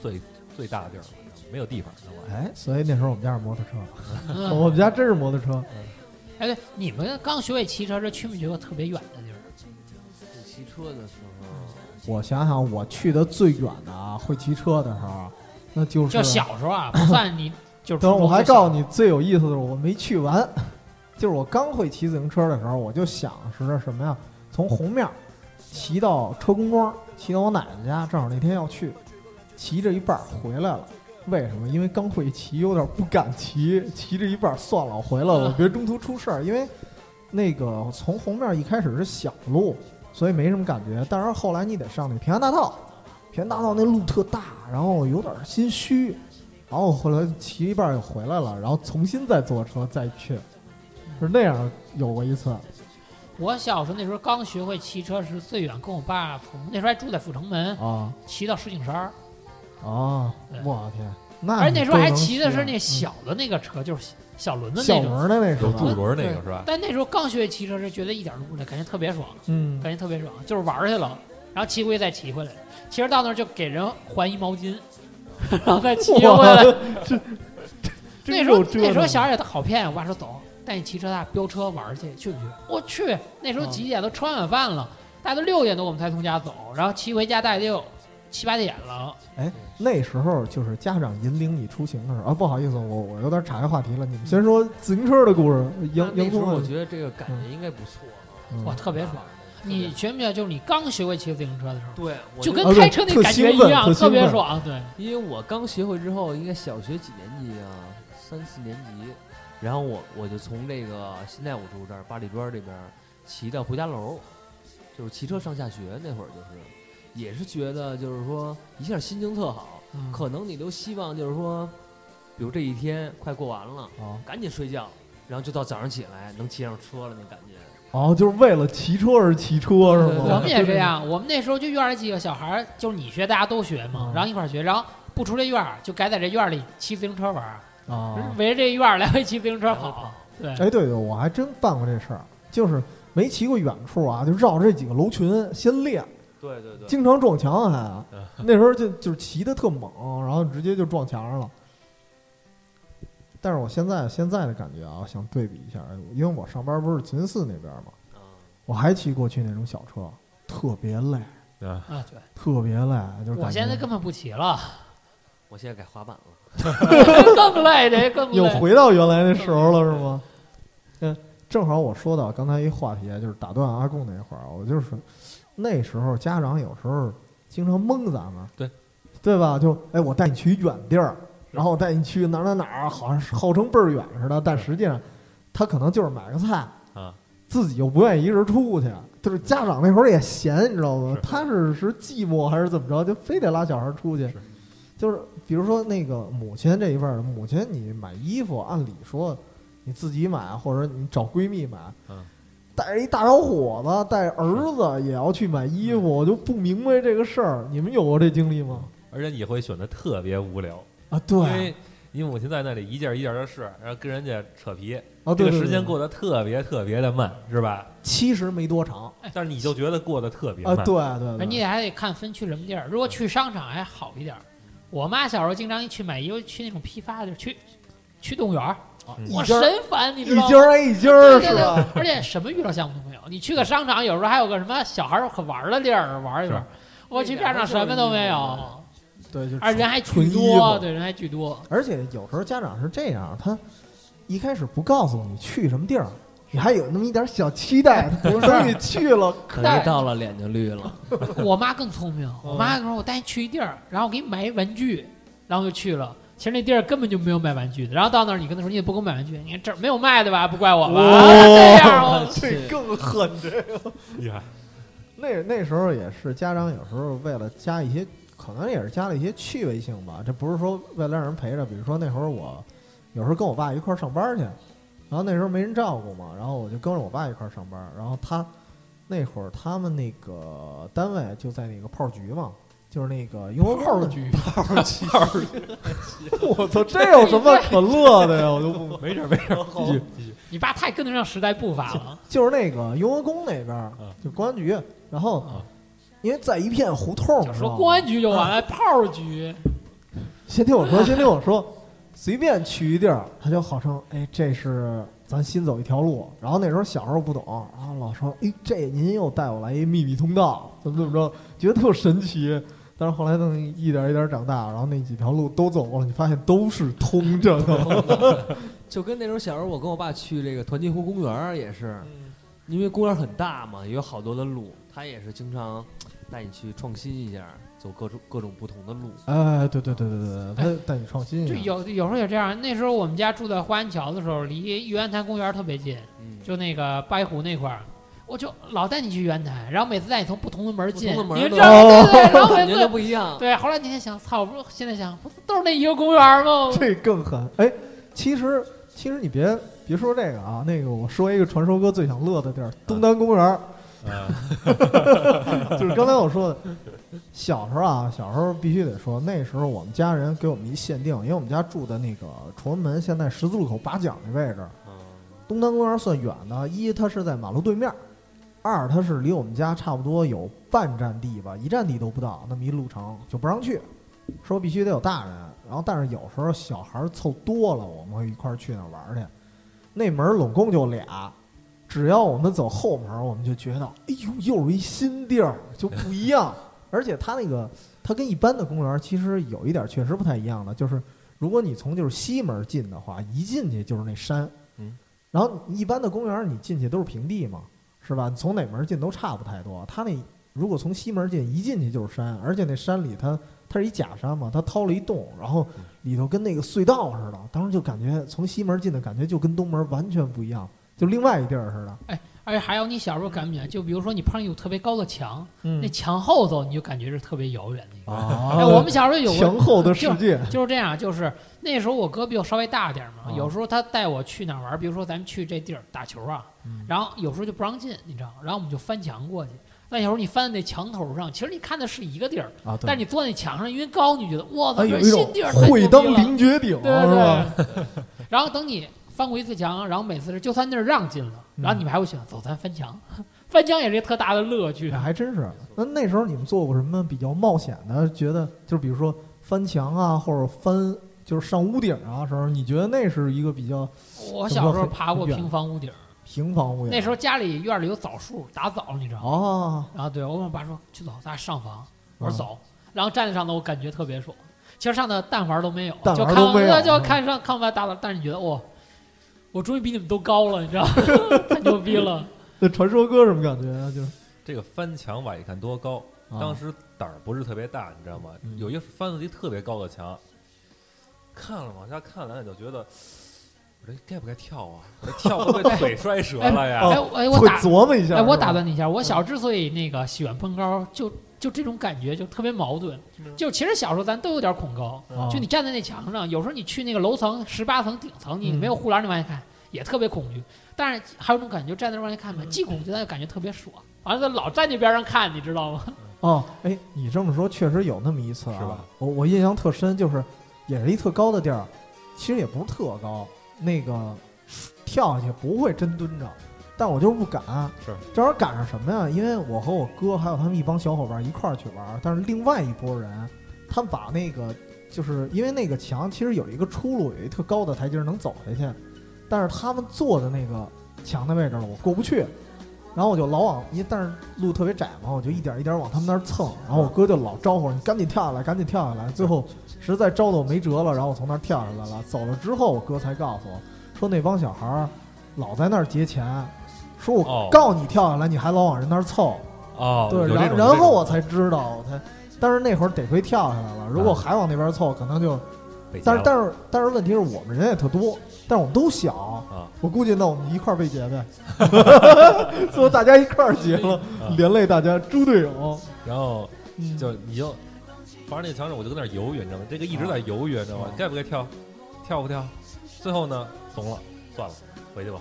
E: 最最大的地儿了，没有地方，知道吗？
B: 哎，所以那时候我们家是摩托车，
C: 嗯
B: *laughs* 我们家真是摩托车。
C: 哎，对，你们刚学会骑车时，去没去过特别远的地儿？
D: 你骑车的时候，
B: 我想想，我去的最远的啊，会骑车的时候，那就是
C: 就小时候啊，不算
B: *laughs*
C: 你就是初
B: 等会儿我
C: 中就小。
B: 还告诉你，最有意思的是我没去完， *laughs* 就是我刚会骑自行车的时候，我就想是什么呀？从红庙骑到车公庄，骑到我奶奶家，正好那天要去，骑着一半儿回来了。为什么？因为刚会骑，有点不敢骑，骑着一半儿算了，我回来了，我别中途出事儿。因为那个从红庙一开始是小路，所以没什么感觉。但是后来你得上那平安大道，平安大道那路特大，然后有点儿心虚，然后后来骑一半儿又回来了，然后重新再坐车再去，是那样有过一次。
C: 我小时候那时候刚学会骑车时，最远跟我爸，我们那时候还住在阜成门，
B: 啊
C: 骑到石景山儿，
B: 啊！我天，那
C: 而且那时候还
B: 你都能
C: 骑的是那
B: 啊
C: 小的那个车，就是小轮的
B: 小
C: 那
B: 轮
C: 种。
B: 儿的那
E: 有
B: 是
E: 柱
B: 吧？
E: 轮那个是吧？
C: 但那时候刚学会骑车时，觉得一点都不累，感觉特别爽，
B: 嗯
C: 感觉特别爽，就是玩儿去了，然后骑回去再骑回来。其实到那儿就给人还一毛巾， *laughs* 然后再骑回来。那时候那时候小孩也好骗，我爸说走，带你骑车大飙车玩儿去，去不去？我去，那
B: 嗯
C: 时候几点都吃完晚饭了，大概都六点多我们才从家走，然后骑回家大概得有七八点了。
B: 那时候就是家长引领你出行的时候啊。不好意思，我我有点岔开话题了。你们先说自行车的故事，
D: 那
B: 杨
D: 那
B: 杨
D: 时
B: 总
D: 候
B: 老
D: 我
B: 师，
D: 觉得这个感觉应该不错啊，
B: 嗯
C: 哇，特别爽！你觉不觉得就是你刚学会骑自行车的时候，
D: 对，我
C: 就
D: 觉
C: 跟
D: 得
B: 啊对
C: 开车那感觉一样，
B: 特兴奋特
C: 特别
B: 兴奋
C: 爽。对，
D: 因为我刚学会之后，应该小学几年级啊，三四年级，然后我我就从这个现在我住这儿八里庄这边儿骑到回家楼，就是骑车上下学那会儿，就是也是觉得就是说一下心情特好，
C: 嗯
D: 可能你都希望就是说，比如这一天快过完了，
B: 啊
D: 赶紧睡觉，然后就到早上起来能骑上车了那感觉。
B: 哦，就是为了骑车而骑车是
D: 对
B: 吗？
D: 对
C: 我们也这样，我们那时候就院儿几个小孩儿，就是你学，大家都学嘛，
B: 嗯
C: 然后一块儿学，然后不出这院儿，就改在这院儿里骑自行车玩儿，
B: 啊。
C: 围着这院儿来回骑自行车跑
D: 跑。
C: 对，
B: 哎，对对，我还真办过这事儿，就是没骑过远处啊，就绕这几个楼群先练。
D: 对对对，
B: 经常撞墙还啊
E: 嗯，
B: 那时候就就是骑的特猛，然后直接就撞墙上了。但是我现在现在的感觉啊，我想对比一下，因为我上班不是秦寺那边嘛，
D: 啊，
B: 我还骑过去那种小车，特别累，
E: 啊，
C: 啊，对，
B: 特别累，就是
C: 我
B: 感
C: 现在
B: 觉
C: 根本不
B: *laughs*
C: 骑了，
D: 我现在改滑板了，
C: 更累，这更
B: 又
C: 累。
B: 回到原来那时候了，是吗？嗯，正好我说到刚才一话题啊，就是打断阿贡那会儿，我就是那时候家长有时候经常蒙咱们，
E: 对
B: 对吧？就哎，我带你去远地儿，然后我带你去哪儿哪儿哪儿，好像是号称倍儿远似的，但实际上他可能就是买个菜
E: 啊，
B: 自己又不愿意一人出去，就是家长那会儿也闲，你知道吗
E: 是？
B: 他是是寂寞还是怎么着，就非得拉小孩出去
E: 是。
B: 就是比如说那个母亲这一辈儿的，母亲你买衣服，按理说你自己买，或者你找闺蜜买
E: 嗯。
B: 带着一大小伙子，带着儿子也要去买
C: 嗯
B: 衣服，我就不明白这个事儿。你们有过这经历吗？
E: 而且你会选的特别无聊，
B: 啊，
E: 因
B: 对
E: 为你母亲在那里一件一件的试，然后跟人家扯皮，
B: 啊，
E: 这
B: 对，
E: 个时间过得特别特别的慢，是吧？
B: 其实没多长
E: 但是你就觉得过得特别
B: 啊，
E: 慢，
B: 对对
C: 而
B: 对，
C: 你得还得看分去什么地儿，如果去商场还好一点儿。
B: 嗯
C: 我妈小时候经常一去买衣服，去那种批发的地儿，去去动物园儿，
B: 一
C: 我
B: 家
C: 神
B: 儿
C: 烦，你知
B: 一
C: 道
B: 家
C: 吗？
B: 儿挨一家
C: 对
B: 儿
C: 对
B: 是吧？
C: 对，而且什么娱乐项目都没有。你去个商场，有时候还有个什么小孩儿可玩儿的地儿玩一玩
E: 是。
C: 我去片场什么都没有，
B: 对，就
C: 而人还
B: 纯
C: 巨
B: 衣服
C: 多，对，人还巨多。
B: 而且有时候家长是这样，他一开始不告诉你去什么地儿，你还有那么一点小期
C: *laughs*
B: 待。等你去了，
D: 可
C: 但
D: 能到了脸就绿了。
C: 我妈更聪明，我
B: 嗯
C: 妈说：“我带你去一地儿，然后我给你买一玩具。”然后就去了。其实那地儿根本就没有卖玩具的。然后到那儿，你跟她说：“你也不给我买玩具，你看这儿没有卖的吧？不怪我吧？”
B: 哇
C: 这样我
B: 哦 *laughs* 这更狠这个。
E: 厉害，
B: 那那时候也是家长有时候为了加一些，可能也是加了一些趣味性吧。这不是说为了让人陪着，比如说那会儿我有时候跟我爸一块儿上班去，然后那时候没人照顾嘛，然后我就跟着我爸一块儿上班，然后他那会儿他们那个单位就在那个炮局嘛。就是那个雍和宫的 *laughs*
C: 局，
B: 我操，这有什么可乐的呀？我就不
E: 没事儿没事
B: *laughs*
E: 儿，继续继续，
C: 你爸太跟得上时代步伐了。
B: 就是那个雍和宫那边儿
E: 嗯，
B: 就公安局，然后
E: 啊
B: 因为在一片胡同
C: 就
B: 儿，
C: 说
B: 知道吗
C: 公安局就完了，
B: 嗯
C: 炮儿局
B: 先听我说，先听我说，随便去一地儿，他就号称哎，这是咱新走一条路。然后那时候小时候不懂，啊然后老说哎，这您又带我来一秘密通道，怎么怎么着，觉得特神奇。但是后来等一点一点长大，然后那几条路都走过了，你发现都是通着的。
D: 就跟那时候小时候我跟我爸去这个团结湖公园儿也是，
C: 嗯
D: 因为公园很大嘛，也有好多的路，他也是经常带你去创新一下，走各种各种不同的路。
B: 哎，对对对对对，他带你创新啊
C: 就
B: 一下。
C: 有有时候也这样。那时候我们家住在花园桥的时候，离玉渊潭公园特别近，
D: 嗯，
C: 就那个八一湖那块儿，我就老带你去玉渊潭，然后每次带你从不同的门进，
D: 不同的门
C: 你
D: 儿
C: 知
D: 都
C: 道
B: 哦
C: 吗？对对对，然后每
D: 感觉都
C: 次
D: 不一样。
C: 对，后来那天想，操，不是现在想，不都是那一个公园吗？
B: *laughs* 这更狠。哎，其实其实你别别说这个啊，那个我说一个传说哥最想乐的地儿——东单公园儿，
E: 嗯
B: 就是刚才我说的。小时候啊，小时候必须得说，那时候我们家人给我们一限定，因为我们家住的那个崇文门，现在十字路口八角那位置，
D: 嗯，
B: 东单公园算远的，一它是在马路对面儿，二它是离我们家差不多有半站地吧，一站地都不到，那么一路程就不让去，说必须得有大人。然后但是有时候小孩儿凑多了，我们会一块儿去那儿玩儿去。那门儿拢共就俩，只要我们走后门儿，我们就觉得，哎呦，又是一新地儿，就不一样。 *laughs* 而且它那个，它跟一般的公园儿其实有一点儿确实不太一样的，就是如果你从就是西门儿进的话，一进去就是那山，然后你一般的公园儿你进去都是平地嘛，是吧？你从哪门儿进都差不太多。它那如果从西门儿进，一进去就是山，而且那山里它它是一假山嘛，它掏了一洞，然后里头跟那个隧道似的。当时就感觉从西门儿进的感觉就跟东门儿完全不一样，就另外一地儿似的。
C: 而且还有你小时候感不感觉？就比如说你碰上有特别高的墙，那
B: 嗯
C: 墙后头你就感觉是特别遥远的一个。
B: 啊
C: 哎，我们小时候有过
B: 墙后的世界， *laughs*
C: 就是这样，就是那时候我哥比我稍微大点儿
B: 啊
C: 嘛，有时候他带我去哪儿玩儿，比如说咱们去这地儿打球啊，
B: 嗯
C: 然后有时候就不让进，你知道吗，然后我们就翻墙过去。但有时候你翻到那墙头上，其实你看的是一个地儿，
B: 啊，
C: 但是你坐那墙上，因为高，你觉得哇，
B: 哎
C: 这
B: 有
C: 是
B: 一种
C: 新地儿，太
B: 会
C: 牛
B: 当
C: 逼了
B: 凌绝顶，
C: 对
B: 是吧？
C: 对对。 *laughs* 然后等你翻过一次墙，然后每次是就算那儿让进了，
B: 嗯
C: 然后你们还会想走，咱翻墙，翻墙也是一个特大的乐趣
B: 哎。还真是。那那时候你们做过什么比较冒险的？觉得就是比如说翻墙啊，或者翻就是上屋顶啊时候，你觉得那是一个比较
C: 我小时候爬过平房屋顶
B: 啊
C: 儿，
B: 平房屋檐？
C: 那时候家里院里有枣树，打枣，你知道吗？
B: 哦，
C: 然后对我跟我爸说去走，咱俩上房，我
B: 嗯
C: 说走，然后站在上头我感觉特别爽。其实上头蛋黄都没有，
B: 蛋
C: 就
B: 黄
C: 看
B: 都没有嗯
C: 完就看上看完打枣，但是你觉得哇，我终于比你们都高了，你知道吗？ *laughs* 太牛逼了！
B: 那传说哥什么感觉啊？就是
E: 这个翻墙吧，你看多高，当时胆儿不是特别大，你知道吗
B: 啊嗯？
E: 有一翻了一特别高的墙，看了往下看了，就觉得我这该不该跳啊？我这跳会不会腿摔折
B: *laughs*
E: 了呀？
C: 哎我哎我
B: 哦会
C: 打
B: 琢磨一下。嗯
C: 哎，我打
B: 的
C: 断你一下，我小之所以那个喜欢蹦高，就就这种感觉就特别矛盾。
B: 嗯
C: 就其实小时候咱都有点恐高，
B: 哦
C: 就你站在那墙上，有时候你去那个楼层十八层顶层，你
B: 嗯
C: 没有护栏你往下看也特别恐惧。但是还有一种感觉，就站在那往下
B: 嗯
C: 看吧，既恐惧但又感觉特别爽。完了，老站那边上看，你知道吗？
B: 哦，哎，你这么说确实有那么一次啊，
E: 是吧
B: 我我印象特深，就是也是一特高的地儿，其实也不是特高，那个跳下去不会真蹲着，但我就是不敢。
E: 是，
B: 正好赶上什么呀？因为我和我哥还有他们一帮小伙伴一块儿去玩儿，但是另外一拨人，他们把那个就是因为那个墙其实有一个出路，有一特高的台阶儿能走下去，但是他们坐的那个墙的位置了，我过不去。然后我就老往，因为但是路特别窄嘛，我就一点一点往他们那儿蹭。然后我哥就老招呼我你赶紧跳下来，赶紧跳下来。最后实在招的我没辙了，然后我从那儿跳下来了。走了之后，我哥才告诉我说那帮小孩儿老在那儿劫钱，说我
E: 哦
B: 告你跳下来，你还老往人那儿凑。
E: 哦，
B: 对，
E: 有这
B: 然
E: 种
B: 然后我才知道，我才。但是那会儿得亏跳下来了，如果
E: 啊
B: 还往那边凑，可能就。
E: 北京
B: 但是但是但是问题是我们人也特多，但是我们都小，
E: 啊，
B: 我估计那我们一块儿被劫
E: *laughs*
B: 呗，最后大家一块儿劫了，连累大家猪队友。
E: 然后
B: 嗯
E: 啊就你就反正那墙上我就跟那儿犹豫，你知道吗？这个一直在犹豫，你知道吗
B: 啊？
E: 该不该跳？跳不跳？最后呢，怂
B: *laughs*
E: 了，算了，回去吧。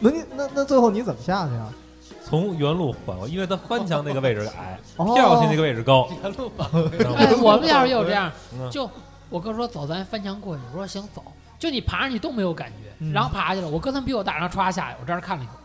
B: 那你那那最后你怎么下去啊？
E: 从原路缓过，因为它翻墙那个位置矮，
B: 哦
E: 跳下去那个位置 *laughs* 高，
D: 原路吧，
E: 知道
C: *laughs* 哎，
E: 吗？
C: 我们小时候也有这
B: *laughs*
C: 样，
E: 嗯
C: 就我哥说走，咱翻墙过去，我说行走。就你爬上去都没有感觉，
B: 嗯
C: 然后爬下去了，我哥他们比我大，然后歘下去，我这儿看了一会儿。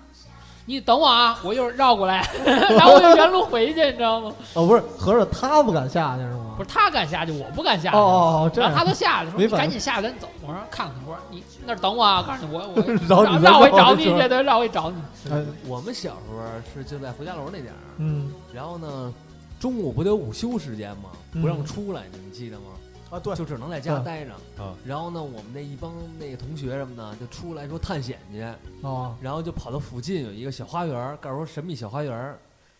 C: 你等我啊，我一会儿绕过来， *laughs* 然后我就原路回去，你知道吗？
B: 哦，不是，合着他不敢下去是吗？
C: 不是他敢下去，我不敢下
B: 哦
C: 去。
B: 哦哦，这
C: 然
B: 样
C: 后他都下来，说
B: 没
C: 你
B: 反应
C: 赶紧下来，咱走。我说看看，我说你那儿等我啊，我告诉你我
B: *laughs* 找
C: 我
B: 你
C: 让
B: 再
C: 让我
B: 绕
C: 找
B: 一
C: 你
B: 圈
C: 去，对，让我找你。
B: 哎
D: 我们小时候是就在胡家楼那点儿，
B: 嗯
D: 然后呢，中午不得有午休时间吗？不让
C: 嗯
D: 出来呢，你记得吗？
B: 啊，对
D: 就只能在家
B: 对
D: 待着。
E: 啊
D: 然后呢，我们那一帮那个同学什么的就出来说探险去，
B: 啊，
D: 然后就跑到附近有一个小花园儿，告诉说神秘小花园儿，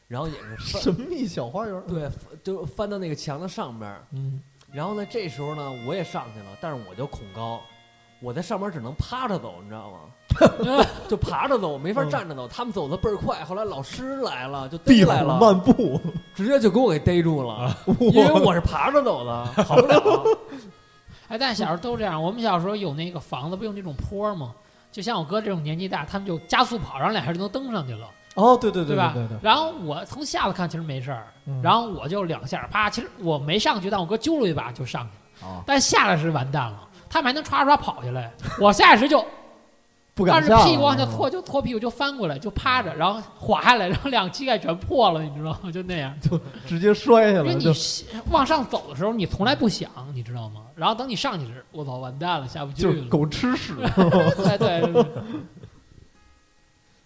D: 然后也是翻
B: 神秘小花园，
D: 对，就翻到那个墙的上边儿。
C: 嗯，
D: 然后呢，这时候呢，我也上去了，但是我就恐高，我在上面只能趴着走，你知道吗？ *laughs* 就爬着走，没法
B: 嗯
D: 站着走。他们走的倍儿快，后来老师来了，就
B: 壁
D: 逮
B: 虎
D: 来了，
B: 漫 *laughs* 步，
D: 直接就给我给逮住
B: 啊
D: 了，因为我是爬着走的，跑不
B: *laughs*
D: 了。
C: 哎，但小时候都这样。我们小时候有那个房子，不有那种坡吗？就像我哥这种年纪大，他们就加速跑，然后俩人就能登上去了，
B: 哦，对对
C: 吧？
B: 对对对，
C: 然后我从下头看其实没事儿，
B: 嗯
C: 然后我就两下啪，其实我没上去，但我哥揪了一把就上去了。
B: 哦
D: 啊
C: 但下来时完蛋了，他们还能歘歘跑下
B: *laughs*
C: 来，我下意识就
B: 不
C: 但
B: 敢嗯
C: 是
B: 下，
C: 屁股往下拖，，就拖屁股就翻过来，就趴着，然后滑下来，然后两个膝盖全破了，你知道吗？就那样，
B: *laughs* 直接摔下
C: 因为
B: 来
C: 你
B: 就。
C: 往上走的时候，你从来不想，你知道吗？然后等你上去时，我操，完蛋了，下不去
B: *laughs* 就是
C: 了。
B: 狗吃
C: *laughs*
B: 屎，
C: 对对对，对
B: *laughs*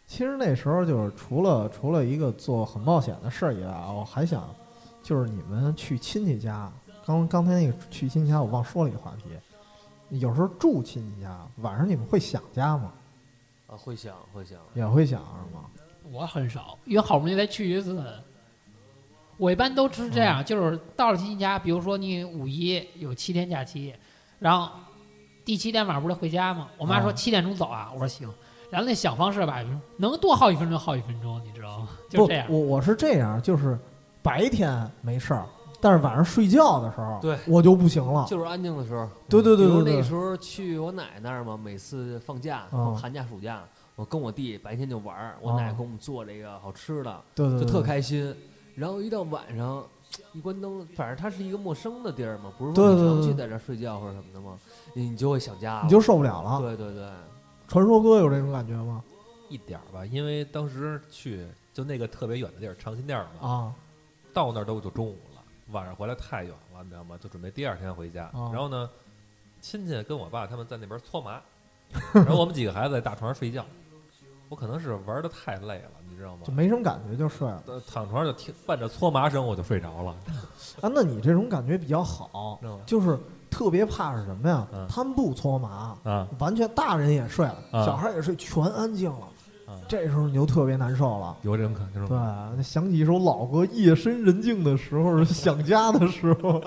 B: 其实那时候就是除了除了一个做很冒险的事儿以外啊，我还想就是你们去亲戚家，刚刚才那个去亲戚家我忘说了一个话题，有时候住亲戚家，晚上你们会想家吗？
D: 啊，会想会想，
B: 也会想是吗？
C: 我很少，因为好不容易才去一次。我一般都是这
B: 嗯
C: 样，就是到了亲戚家，比如说你五一有七天假期，然后第七天晚上不是回家吗？我妈说
B: 嗯
C: 七点钟走啊，我说行。然后那想方设法，能多耗一分钟耗一分钟，你知道吗？就
B: 不
C: 这样，。
B: 我我是这样，就是白天没事儿，但是晚上睡觉的时候，
D: 对
B: 我就不行了。
D: 就是安静的时候。
B: 对对对
D: 比如
B: 对
D: 那
B: 对，
D: 时候去我奶那儿嘛，每次放假、
B: 嗯
D: 寒假、暑假，我跟我弟白天就玩儿，我
B: 嗯
D: 奶给我们做这个好吃的，
B: 对对
D: 就
B: 对，
D: 特
B: 对。
D: 开心。然后一到晚上，一关灯，反正它是一个陌生的地儿嘛，不是
B: 对
D: 说你
B: 对
D: 常
B: 对
D: 去在这儿睡觉或者什么的嘛，你就会想家了，
B: 你就受不了了。
D: 对对对，
B: 传说哥有这种感觉吗？
E: 一点儿吧，因为当时去就那个特别远的地儿，长辛店儿嘛，
B: 啊，
E: 到那儿都就中午了，晚上回来太远了，你知道吗？就准备第二天回家。
B: 哦
E: 然后呢，亲戚跟我爸他们在那边
B: *laughs*
E: 搓麻，然后我们几个孩子在大床上睡觉。我可能是玩的太累了，你知道吗
B: 就？没什么感觉就睡了。
E: 呃躺床上就听伴着搓麻声，我就睡着了，
B: 啊，那你这种感觉比较好
E: 知，道吗？
B: 就是特别怕是什么呀？
E: 嗯
B: 他们不搓麻，
E: 啊，
B: 完全大人也睡了，
E: 啊
B: 小孩也睡，全安静了
E: 啊。
B: 这时候你就特别难受了。
E: 有这种感觉
B: 对
E: 吗？，
B: 想起一首老歌，夜深人静的时候，想家的时候。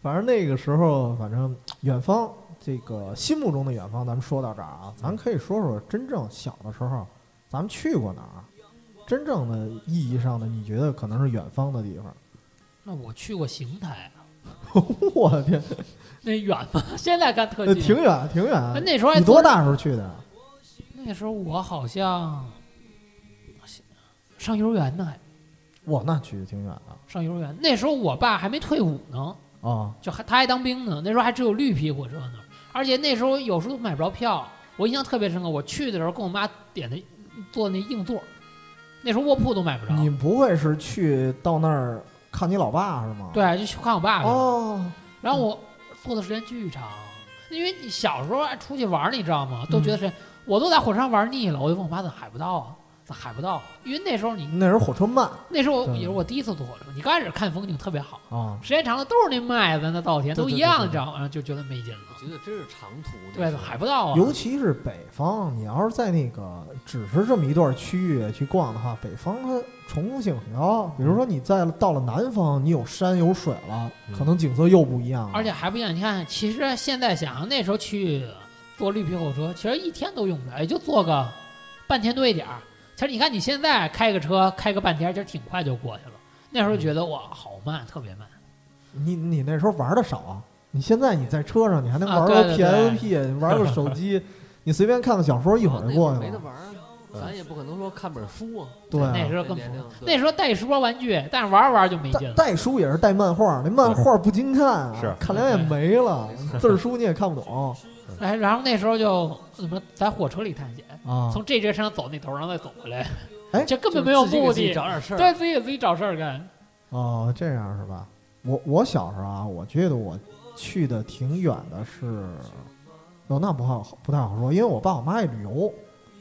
B: 反正那个时候，反正远方这个心目中的远方，咱们说到这儿啊，咱可以说说真正小的时候，咱们去过哪儿？真正的意义上的，你觉得可能是远方的地方？ *laughs*
C: 那我去过邢台，
B: 我的天，
C: 那远吗？ *laughs* 现在干特
B: 那
C: 技，
B: 挺远，挺
C: 哎
B: 远。
C: 那时候还
B: 你多？大时候去的？
C: 那时候我好像上幼儿园呢，还
B: 哇，那去的挺远的
C: 上幼儿园。那时候我爸还没退伍呢，
B: 啊！
C: 就还他还当兵呢。那时候还只有绿皮火车呢，而且那时候有时候都买不着票。我印象特别深刻，我去的时候跟我妈点的坐那硬座，那时候卧铺都买不着。
B: 你不会是去到那儿看你老爸是吗？。
C: 对，就去看我爸去了。
B: 哦，
C: 然后我坐的时间巨长，因为你小时候爱出去玩儿，你知道吗？
B: 嗯
C: 都觉得是，我都在火车上玩腻了，我就问我妈怎么还不到啊？咋还不到啊？因为那时候你
B: 那时候火车慢
C: 那时候我
B: 对
C: 也是我第一次坐火车，你刚开始看风景特别好，
B: 啊，
C: 时间长了都是那麦子、那稻田
B: 对
C: 都
B: 对
C: 一
B: 对
C: 样，
B: 对
C: 你知道吗？然后就觉得没劲
D: 我
C: 了。
D: 觉得真是长途那
C: 对，
D: 时
C: 怎
D: 候
C: 么还不到啊？
B: 尤其是北方，你要是在那个只是这么一段区域去逛的话，北方它重复性很高。比如说你在到了南方，你有山有水了，
E: 嗯
B: 可能景色又不一样了。
C: 而且还不一样。你看，其实现在想，那时候去坐绿皮火车，其实一天都用不了，也就坐个半天多一点儿。其实你看，你现在开个车开个半天，其实挺快就过去了。那
D: 嗯
C: 时候觉得哇，好慢，特别慢。
B: 你你那时候玩的少啊，你现在你在车上，你还能
C: 啊
B: 玩个
C: 对对
B: PSP，、玩
C: *laughs*
B: 个手机，你随便看个小说，一会儿
D: 那
B: 就
C: 哦
B: 过去
D: 没得
B: 了。
D: 玩儿啊，咱也不可能说看本书啊，
B: 对啊、
C: 那时候
D: 那
C: 更
D: 年
C: 不
D: 龄
C: 那时候带一书包玩具，但是玩着玩着就没劲
B: 带
C: 了。
B: 带书也是带漫画，那漫画不经看啊，
E: 是
B: 看两眼没了
D: 没，错
B: 字儿书你也看不懂
C: 哎，然后那时候就怎么在火车里探险，
B: 啊。
C: 从这节车上走那头，然后再走回来。
B: 哎
C: 这根
D: 哦就
C: 本没有
D: 自己给
C: 目
D: 自己
C: 的，
D: 找点事儿，
C: 对自己给自己找事儿干。
B: 哦，这样是吧？我我小时候啊，我觉得我去的挺远的是，哦，那不好不太好说，因为我爸我妈爱旅游，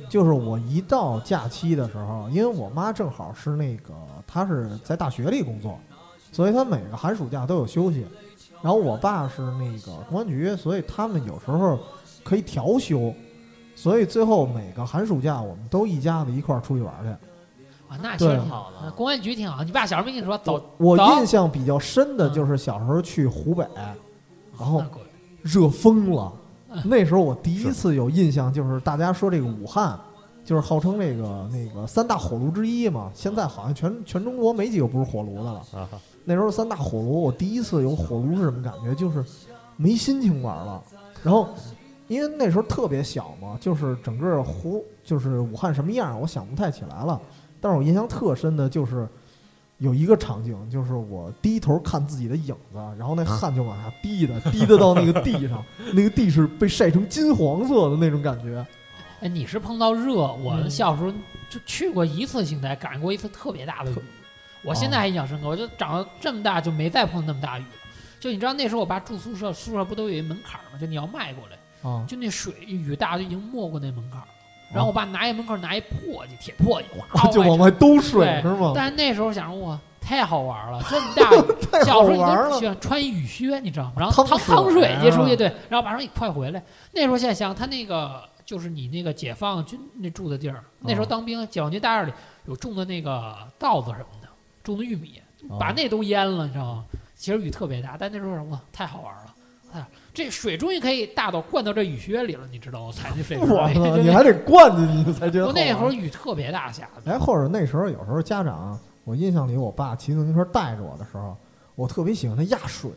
B: 就是我一到假期的时候，因为我妈正好是那个，她是在大学里工作，所以她每个寒暑假都有休息。然后我爸是那个公安局，所以他们有时候可以调休，所以最后每个寒暑假我们都一家子一块儿出去玩去。
C: 啊，那其
B: 对
C: 实挺好的，公安局挺好。你爸小时候没跟你说走
B: 我
C: 走
B: 印象比较深的就是小时候去湖北，然后
C: 那鬼
B: 热疯了。那时候我第一次有印象，就是大家说这个武汉，就是号称这个那个三大火炉之一嘛。现在好像全全中国没几个不是火炉的了。
E: 啊哈，
B: 那时候三大火炉，我第一次有火炉是什么感觉？就是没心情玩了。然后因为那时候特别小嘛，就是整个湖就是武汉什么样，我想不太起来了。但是我印象特深的就是有一个场景，就是我低头看自己的影子，然后那汗就往下滴的，滴的到那个地上，那个地是被晒成金黄色的那种感觉。
C: 哎，你是碰到热，我
B: 嗯
C: 小时候就去过一次邢台，赶过一次特别大的雨，我
B: 哦
C: 现在还印象深刻。我就长到这么大就没再碰那么大雨了。就你知道那时候我爸住宿舍，宿舍不都有一门槛儿吗？就你要迈过来，
B: 啊，
C: 就那水雨大就已经没过那门槛儿了。然后我爸拿一门口拿一簸箕，铁簸箕，
B: 哦 *laughs*
C: 哗
B: 就往
C: 往外
B: 外兜水
C: 对 *laughs*
B: 是吗
C: 冲。？但是那时候想着哇，太好玩了，这么大雨，
B: 太好
C: 小时候
B: 玩
C: 你就
B: 了
C: 喜欢穿雨靴，你知道吗？然后
B: 趟
C: 趟
B: 水
C: 趟水去出
B: 啊
C: 去，对，然后晚上一快回来。那时候现在想，他那个就是你那个解放军那住的地儿，那时
B: 嗯
C: 候当兵，解放军大院里有种的那个稻子什么的，种的玉米，
B: 哦
C: 把那都淹了，你知道吗？其实雨特别大，但那时候哇，太好玩了。哎，这水终于可以大到灌到这雨靴里了，你知道吗？踩那水
B: *laughs* 我
C: 里，
B: 操，
C: *laughs* 就
B: 你还得灌进去才觉得好
C: 我
B: 玩。
C: 那会儿雨特别大下的，
B: 哎，或者那时候有时候家长，我印象里我爸骑自行车带着我的时候，我特别喜欢他压水。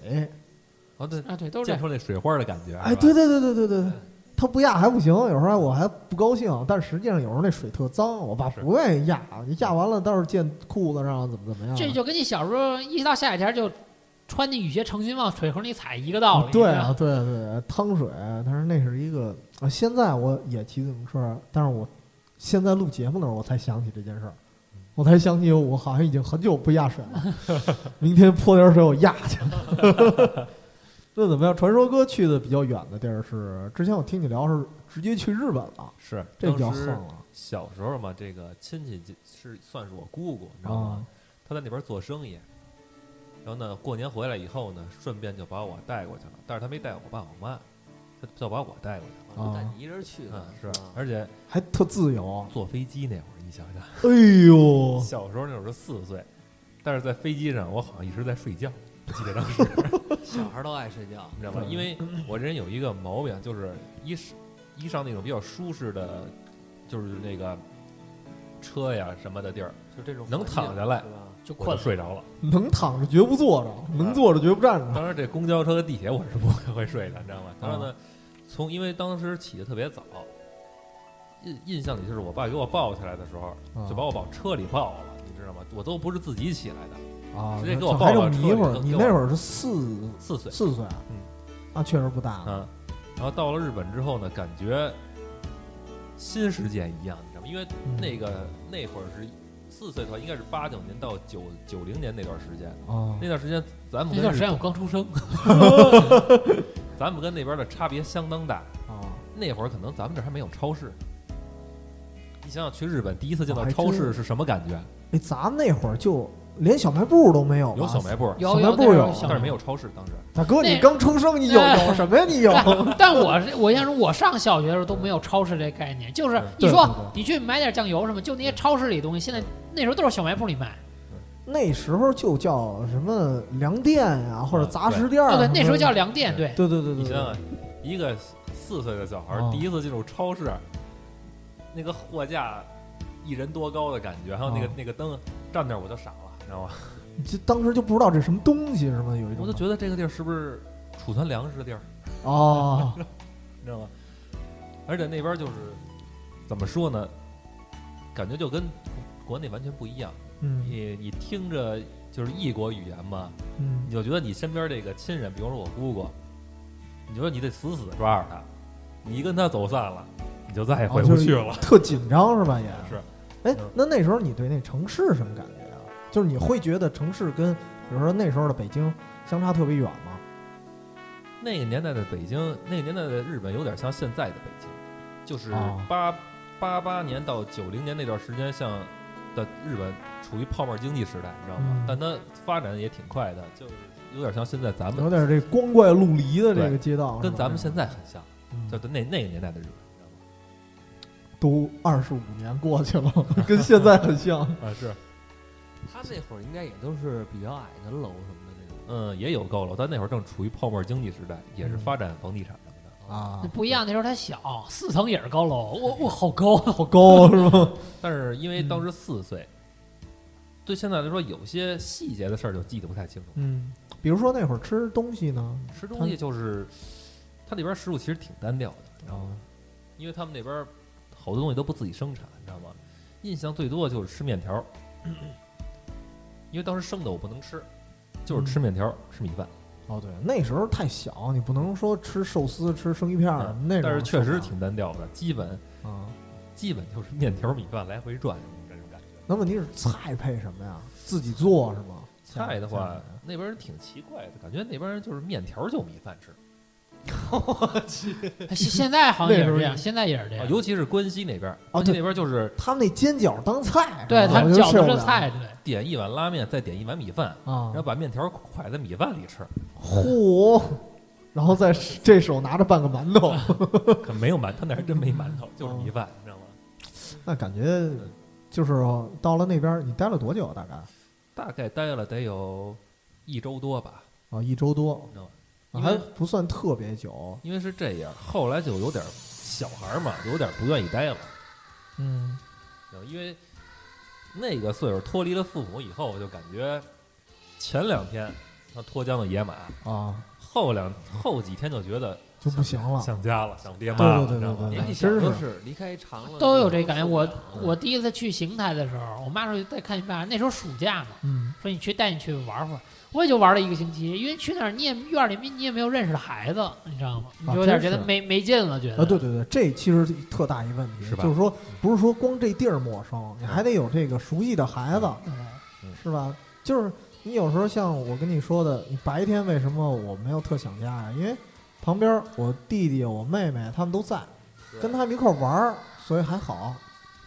E: 哦对，
C: 啊，对，都是这
E: 溅
C: 样。
E: 出那水花的感觉。
B: 嗯哎，
E: 是吧
B: 对，对对对对对对，他不压还不行，有时候我还不高兴，但实际上有时候那水特脏，我爸
E: 是
B: 不愿意压，压完了倒是溅裤子上怎么怎么样。
C: 这就跟你小时候一到下雨天就穿那雨鞋，诚心往水坑里踩一个
B: 啊
C: 道理。
B: 对
C: 你知道
B: 啊，
C: 吗，
B: 对对对，趟水，但是那是一个啊。现在我也骑自行车，但是我现在录节目的时候，我才想起这件事儿，
E: 嗯
B: 我才想起我好像已经很久不压水了。 *laughs* 明天泼点水，我压去。 *laughs* 那怎么样？传说哥去的比较远的地儿是，之前我听你聊是直接去日本了，
E: 是
B: 这比较
E: 当
B: 横啊
E: 时
B: 了
E: 小时候嘛，这个亲戚就是算是我姑姑，你知道吗？
B: 啊
E: 他在那边做生意，然后呢，过年回来以后呢，顺便就把我带过去了，但是他没带我爸我妈，他就把我带过去
D: 我
E: 了。
D: 哦带你一人
B: 哦
D: 去的啊
E: 嗯，，是，而且
B: 还特自由。
E: 坐飞机那会儿，你想 *laughs* 想，
B: 哎呦，
E: 小时候那会儿是四岁，但是在飞机上我好像一直在睡觉，我记得当时，嗯
D: 小孩儿都爱睡觉，
E: *laughs* 你知道吧？
B: 对
E: 因为我这人有一个毛病，就是一是一上那种比较舒适的，就是那个车呀什么的地儿，
D: 就这种
E: 能
D: 环境
E: 躺下来
D: 是吧
C: 就
E: 我
C: 困
E: 就
C: 了。
E: 睡着了。
B: 能躺着绝不坐着，
E: 啊
B: 能坐着绝不站着。
E: 当然，这公交车和地铁我是不会睡的，你知道吗？当然
C: 啊
E: 呢，从因为当时起的特别早，印印象里就是我爸给我抱起来的时候，
B: 啊
E: 就把我往车里抱了，你知道吗？我都不是自己起来的，
B: 啊，
E: 直接给
B: 这
E: 我
B: 还
E: 抱
B: 得
E: 到车
B: 迷
E: 里
B: 会儿，
E: 头
B: 你
E: 给
B: 那会
E: 我
B: 儿是四
E: 四岁
B: 四岁啊，
E: 嗯，
B: 啊，确实不大啊
E: 啊。然后到了日本之后呢，感觉新世界一样，你知道吗？因为
C: 嗯
E: 那个那会儿是四岁的话，应该是八九年到九九零年那段时间，
B: 啊
E: 那段时间咱们
C: 那
E: 跟
C: 段时
E: 日
C: 间我刚出生，
E: 咱们跟那边的差别相当大。
B: 啊
E: 那会儿可能咱们这儿还没有超市。你想想去日本第一次见
B: 哦
E: 到
B: 还
E: 超
B: 真
E: 市是什么感觉？
B: 哎，咱们那会儿就连小卖部都没有吧，
E: 有小卖部，
C: 有
B: 小
C: 有
B: 卖部
C: 那时
B: 有
C: 候小
E: 但是
C: 卖
E: 没有
C: 部。
E: 超市。当时
B: 大哥，
C: 那
B: 你刚出生，你有
C: 哎
B: 有什么呀？你有
C: 但我是我印象中，我上小学的时候都没有超市这概念，就是
E: 嗯
C: 你
B: 对
C: 说
B: 对对
C: 你去买点酱油什么，就那些超市里东西，现在
E: 嗯
C: 那时候都是小卖部里卖。
B: 那时候就叫什么粮店呀，或者
E: 啊
B: 杂食店
C: 哦，
B: 啊。
C: 对，那时候叫
B: 什
C: 粮店，对，
B: 么的对对对
E: 你
B: 对
E: 想
B: 对
E: 想，一个四岁的小孩
B: 哦
E: 儿第一次进入超市，那个货架一人多高的感觉，还有那个
B: 哦
E: 那个灯，站那儿我就傻了，你知道吗？ *laughs*
B: 你这当时就不知道这什么东西是吗？有一种
E: 我就觉得这个地儿是不是储存粮食的地儿，
B: 哦，
E: 你知道吗？而且那边就是怎么说呢，感觉就跟国内完全不一样。
B: 嗯
E: 你你听着就是异国语言嘛，
B: 嗯
E: 你就觉得你身边这个亲人，比如说我姑姑，你觉得你得死死抓着她，你一跟她走散了，你就
B: 哦
E: 再也回不去了。
B: 特紧张是吧？也
E: 是。
B: 哎
E: 嗯，
B: 那那时候你对那城市什么感觉啊？就是你会觉得城市跟比如说那时候的北京相差特别远吗？
E: 那个年代的北京，那个年代的日本有点像现在的北京，就是
B: 哦
E: 八八八年到九零年那段时间，像的日本处于泡沫经济时代，你知道吗？
B: 嗯
E: 但它发展也挺快的，就是有点像现在咱
B: 有
E: 们
B: 点这光怪陆离的这个
E: 对
B: 街道，
E: 跟
B: 是吧
E: 咱们现在很像，
B: 嗯
E: 就那那个年代的日本，你知道吗？
B: 都二十五年过去了， *laughs* 跟现在很
E: *laughs*
B: 像。
E: 啊，是，
D: 他那会儿应该也都是比较矮的楼什么的那种
E: 嗯，也有高楼，但那会儿正处于泡沫经济时代，也
B: 嗯
E: 是发展房地产什么的。
B: 啊
C: 那，不一样，那时候它小，四层也是高楼，我我
B: *laughs*
C: 好高，好
B: 高
C: 高。
B: 啊是
E: *laughs*
B: 吗？
E: 但是因为当
B: 嗯
E: 时四岁，对现在来说有些细节的事儿就记得不太清楚。
B: 嗯，比如说那会儿吃东西呢，
E: 吃东西就是，它那边食物其实挺单调的，你知道
B: 哦
E: 吗？因为他们那边好多东西都不自己生产，你知道吗？印象最多的就是吃面条儿，因为当时生的我不能吃，就是
B: 嗯
E: 吃面条儿吃米饭。
B: 哦对，那时候太小，你不能说吃寿司、吃生鱼片儿
E: 嗯
B: 那种受不了。
E: 但是确实挺单调的，基本
B: 啊。
E: 基本就是面条儿米饭来回转这种感觉。
B: 那问题是菜配什么呀？自己做是吗？
E: 菜的
B: 家里
E: 话
B: 人，
E: 那边人挺奇怪的，感觉那边人就是面条儿就米饭吃
C: 现现在好像也是这
B: 那时候
C: 样，现在也是这
E: 啊，
C: 样。
E: 尤其是关西那边儿，
B: 哎哦
E: 关西
B: 对
E: 那边儿就是
B: 他们那煎饺当菜，
C: 对他
B: 我
C: 们
B: 就
C: 饺
B: 受
C: 子
B: 不
C: 是
B: 了
C: 菜，对，
E: 点一碗拉面，再点一碗米饭，
B: 啊
E: 然后，把面条儿蒯在米饭里
B: *laughs*
E: 吃。
B: 嚯，然后再这手拿着半个馒头， *laughs*
E: 可没有馒头，那还真没馒头，就是
B: 哦
E: 米饭，你知道吗？
B: 那感觉就是到了那边儿，你待了多久啊？大概
E: 大概待了得有一周多吧，
B: 啊，一周多
E: 你，知道吗？
B: 啊
E: 因
B: 还
E: 为
B: 不算特别久。
E: 因为是这样，后来就有点儿小孩儿嘛，有点儿不愿意待了，
B: 嗯，
E: 然后因为那个岁数脱离了父母以后，就感觉前两天那脱缰的野马，
B: 啊，
E: 后两后几天就觉得
B: 就不行了。
E: 想家了，想爹妈了，
B: 啊对对对
E: 你知道吗
B: 对？
D: 年纪
B: 哎真
D: 哎小都
B: 是
D: 是离开长了
C: 都有这感觉。我
D: 嗯
C: 我第一次去邢台的时候，我妈说带看你爸，那时候暑假嘛，
B: 嗯，
C: 说你去带你去玩会儿。我也就玩了一个星期，因为去那儿你也院里面你也没有认识的孩子，你知道吗？你就有点觉得
B: 啊真是
C: 没没劲了，觉得
B: 啊，对对对，这其实特大一问题，
E: 是吧
B: 就是说不是说光这地儿陌生，你还得有这个熟悉的孩子，
C: 对
B: 是吧？就是你有时候像我跟你说的，你白天为什么我没有特想家呀？因为旁边我弟弟、我妹妹他们都在，
D: 对
B: 跟他们一块儿玩儿，所以还好。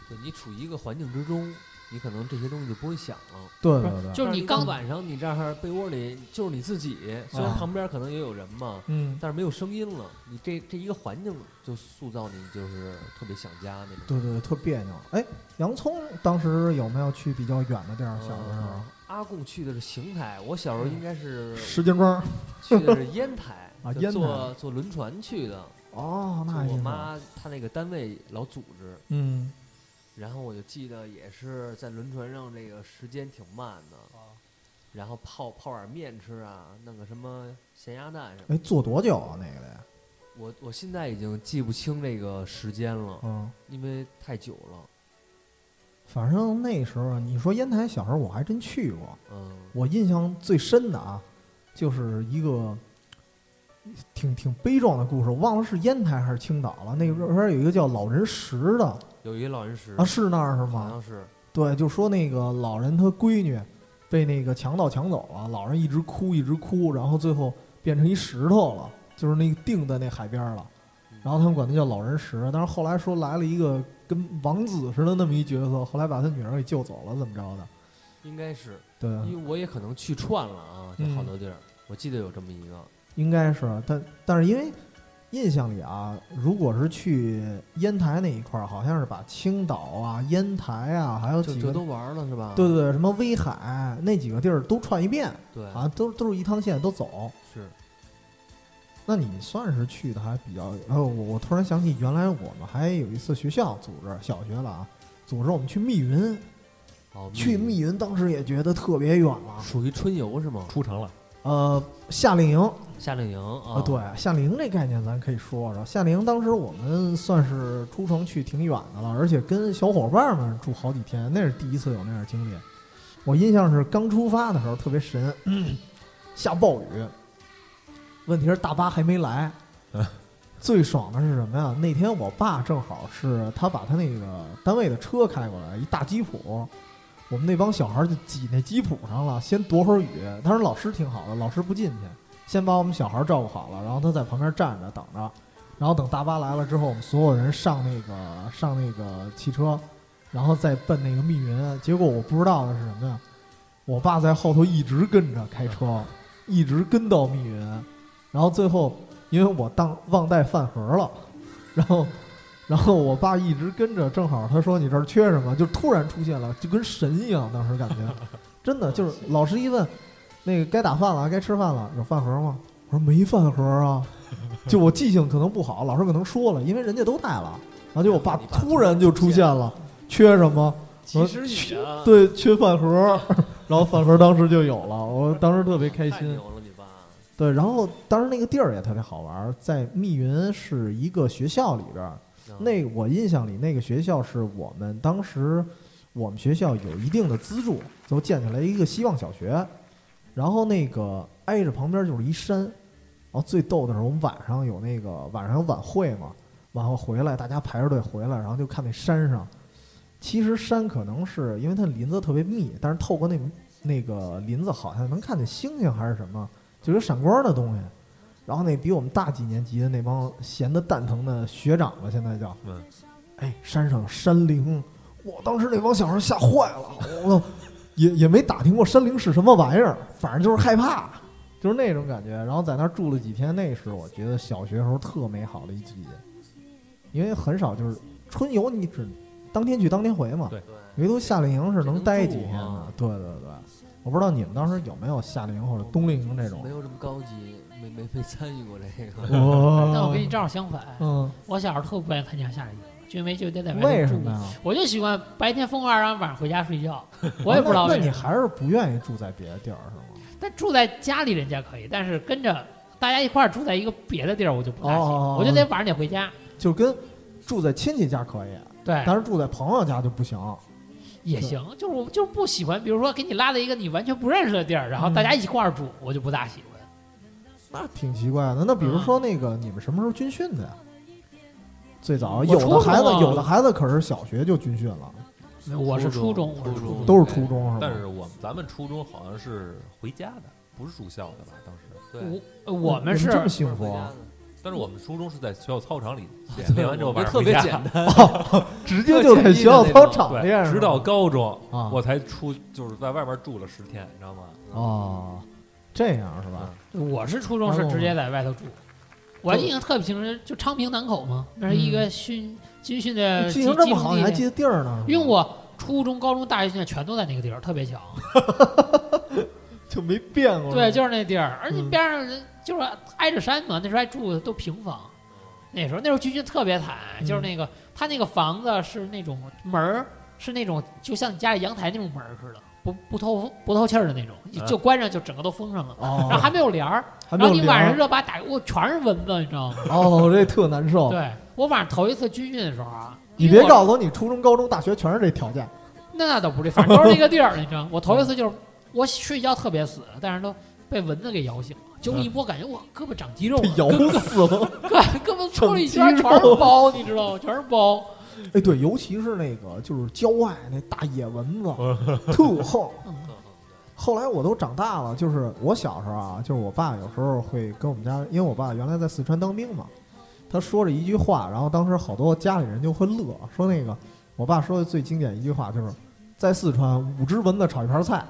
D: 对你处于一个环境之中，你可能这些东西就不会想了。
B: 对
C: 不
B: 对
C: 是
B: 对，
C: 就是
D: 但
C: 你
D: 是
C: 刚
D: 晚上你这儿被窝里就是你自己，虽然
B: 啊
D: 旁边可能也有人嘛，
B: 嗯，
D: 但是没有声音了。你这这一个环境就塑造你就是特别想家那种。
B: 对对对，特别扭。哎，洋葱当时有没有去比较远的地儿？小的时候
D: 嗯，阿贡去的是邢台，我小时候应该是
B: 石家庄。
D: 去的是烟台
B: 嗯啊
D: 就
B: 烟台
D: 坐坐轮船去的。
B: 哦，
D: 就
B: 那还
D: 我
B: 行。
D: 妈她那个单位老组织，
B: 嗯，
D: 然后我就记得也是在轮船上，这个时间挺慢的，然后泡泡碗面吃啊，弄个什么咸鸭蛋什么。
B: 哎，坐多久啊？那个得，
D: 我我现在已经记不清这个时间了，
B: 嗯。
D: 因为太久了。
B: 反正那时候啊，你说烟台小时候我还真去过，
D: 嗯，
B: 我印象最深的啊，就是一个挺挺悲壮的故事，我忘了是烟台还是青岛了。那边儿有一个叫老人石的
D: 有一个老人石
B: 啊，是那儿是
D: 好
B: 吗？
D: 像是
B: 对，就说那个老人他闺女被那个强盗抢走了，老人一直哭一直哭，然后最后变成一石头了，就是那个钉在那海边儿了。然后他们管他叫老人石，但是后来说来了一个跟王子似的那么一角色，后来把他女儿给救走了，怎么着的？
D: 应该是，
B: 对，
D: 因为我也可能去串了啊，就好
B: 嗯
D: 多地儿，我记得有这么一个。
B: 应该是，但但是因为印象里啊，如果是去烟台那一块儿，好像是把青岛啊、烟台啊，还有
D: 就
B: 几
D: 就
B: 个
D: 都玩了是吧？
B: 对对对，什么威海那几个地儿都串一遍，
D: 对
B: 好像都都是一趟线都走。
D: 是
B: 那你算是去的还比较……呃，我我突然想起，原来我们还有一次学校组织小学了啊，组织我们去密云，
D: 哦，
B: 去密云当时也觉得特别远了，
D: 属于春游是吗？
E: 出城了，
B: 呃，夏令营。
D: 夏令营啊
B: 啊，，对，夏令营这概念咱可以说说。夏令营当时我们算是出城去挺远的了，而且跟小伙伴们住好几天，那是第一次有那样的经历。我印象是刚出发的时候特别神，下暴雨，问题是大巴还没来。最爽的是什么呀？那天我爸正好是他把他那个单位的车开过来，一大吉普，我们那帮小孩就挤那吉普上了，先躲会儿雨。当时老师挺好的，老师不进去，先把我们小孩照顾好了，然后他在旁边站着等着。然后等大巴来了之后，我们所有人上那个上那个汽车，然后再奔那个密云。结果我不知道的是什么呀？我爸在后头一直跟着开车，一直跟到密云，然后最后因为我当忘带饭盒了，然后然后我爸一直跟着，正好他说你这儿缺什么，就突然出现了，就跟神一样，当时 *laughs* 感觉真的就是老师一问，那个该打饭了，该吃饭了，有饭盒吗？我说没饭盒啊， *laughs* 就我记性可能不好，老师可能说了，因为人家都带了，然后就我爸
D: 你爸
B: 突然就出现了，缺什么？
F: 及时雨啊，
B: 对，嗯缺饭盒，然后饭盒当时就有了，我当时特别开
D: 太
B: 心。
D: 牛了，你爸！
B: 对，然后当时那个地儿也特别好玩儿，在密云是一个学校里边儿，
D: 嗯
B: 那我印象里那个学校是我们当时我们学校有一定的资助，就建起来一个希望小学，然后那个挨着旁边就是一山，然后最逗的是我们晚上有那个晚上有晚会嘛，晚上回来大家排着队回来，然后就看那山上，其实山可能是因为它林子特别密，但是透过那那个林子好像能看见星星还是什么，就有闪光的东西。然后那比我们大几年级的那帮闲得蛋疼的学长吧，现在叫，
E: 嗯
B: 哎，山上有山灵，我当时那帮小孩吓坏了，我也也没打听过山灵是什么玩意儿，反正就是害怕，就是那种感觉。然后在那儿住了几天，那是我觉得小学时候特美好的一季节，因为很少就是春游，你只当天去当天回嘛，
E: 对
D: 对，
B: 唯独夏令营是
D: 只
B: 能
D: 能
B: 待
D: 住
B: 几天的
D: 啊。
B: 对对对，我不知道你们当时有没有夏令营或者冬令营这种
D: 没。有这么高级，没没没参与过这个。
B: 我
C: 但我跟你正好相反，
B: 嗯，
C: 我小时候特不愿意参加夏令营，就因为就得在外
B: 为
C: 面
B: 什
C: 住
B: 么呀？
C: 我就喜欢白天疯玩，然后晚上回家睡
B: *laughs*
C: 觉。我也不知道
B: 哦那。
C: 为
B: 那你
C: 什么。
B: 还是不愿意住在别的地儿是吗？
C: 但住在家里人家可以，但是跟着大家一块儿住在一个别的地儿，我就不大
B: 哦
C: 行，
B: 哦哦
C: 我就得晚上得回家。
B: 就跟住在亲戚家可以，
C: 对，
B: 但是住在朋友家就不行。
C: 也行，就是我就是不喜欢，比如说给你拉到一个你完全不认识的地儿，然后大家
B: 嗯
C: 一块儿住，我就不大喜欢。
B: 那挺奇怪的。那比
C: 嗯
B: 如说那个，你们什么时候军训的呀？最早
C: 我
B: 有
C: 初
B: 的
C: 中
B: 孩子，
C: 啊
B: 有的孩子可是小学就军训了，
C: 没有我是初
D: 初
C: 中
D: 中，
C: 我是
D: 初
C: 初
D: 中
C: 中，
B: 都是初中是吧？
E: 嗯但是我们咱们初中好像是回家的，不是住校的吧？当时，
D: 对，
C: 我呃我们是
B: 这么幸福
D: 回
B: 啊
D: 家，呢
E: 但是我们初中是在学校操场里练，
D: 对
E: 练完之后
D: 我
E: 晚
D: 们
E: 上
D: 特
E: 回
D: 别
E: 家
D: 简
B: *laughs*
D: 单，
B: 哦直接就在学校操场啊练是
E: 对，
B: 吧，
E: 直到高中
B: 啊
E: 我才出，就是在外边住了十天，你知道吗？
B: 哦，这样是吧？
C: 我是初
B: 啊
C: 中是直接在外头住。我印象特别清楚，就昌平南口嘛，那是一个军军训
E: 嗯
C: 的
B: 记
C: 集
B: 性嗯这么好，你还记
C: 呃集中
B: 得
C: 地
B: 地儿呢？
C: 点因为我初中、高中、大学现在全都在那个地儿，特别巧。
B: 就没变过。
C: 对，就是那地儿，而且
B: 嗯
C: 边上人就是挨着山嘛，那时候还住的都平房。
B: 嗯
C: 那时候那时候军训特别惨，就是那个他那个房子是那种门儿，是那种就像你家里阳台那种门儿似的，不不透不透气儿的那种，就就关上就整个都封上了，
B: 哎哦，
C: *laughs* 然后还没有帘儿，
B: 还没
C: 然
B: 有
C: 后你晚上
B: 凉
C: 热巴打开，我全是蚊子，你知道吗？
B: 哦，这特难受。
C: 对我晚上头一次军训的时候啊，
B: 你
C: 因为
B: 别
C: 我
B: 告诉我你初中、高中、大学全是这条件。
C: 那倒不是，反正都是那个地儿，你知
B: *laughs*
C: 道吗？我头一次就是我睡觉特别死，但是都被蚊子给咬醒了，就一摸感觉我胳膊长肌哦
B: *laughs*
C: 肉了，
B: 咬死了。
C: 胳胳膊抽了一圈全是包，你知道吗？全是
B: *laughs*
C: 包。
B: 哎，对，尤其是那个就是郊外那大野蚊子，特横。后来我都长大了，就是我小时候啊，就是我爸有时候会跟我们家，因为我爸原来在四川当兵嘛，他说着一句话，然后当时好多家里人就会乐，说那个我爸说的最经典一句话就是，在四川五只蚊子炒一盘菜，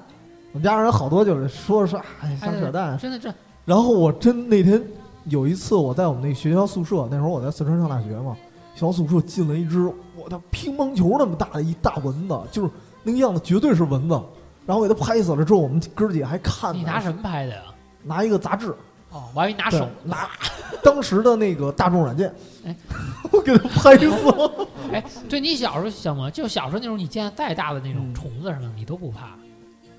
B: 我们家人好多就是说说哎瞎扯淡，
C: 真的这
B: 然后我真那天有一次，我在我们那学校宿舍，那时候我在四川上大学嘛，学校宿舍进了一只我的乒乓球那么大的一大蚊子，就是那个样子绝对是蚊子。然后给它拍死了之后，我们哥儿几个还看呢
C: 你拿什么拍的呀？
B: 拿一个杂志，
C: 哦，我还以为拿哎手
B: 对拿当时的那个大众软
C: *laughs*
B: 件，我给它拍死了。
C: 哎，对你小时候想吗？就小时候那种你见再大的那种
B: 嗯
C: 虫子什么的，你都不怕。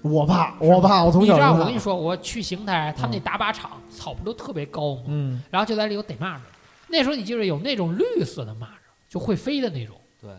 B: 我怕，我怕，我从
C: 你
B: 小
C: 知
B: 就
C: 道我
B: 怕
C: 跟你。说，我去邢台，他们那
B: 嗯
C: 打靶场草不都特别高吗？
B: 嗯，
C: 然后就在里头逮蚂蚱。那时候你记着有那种绿色的蚂蚱，就会飞的那种。
D: *laughs* 对，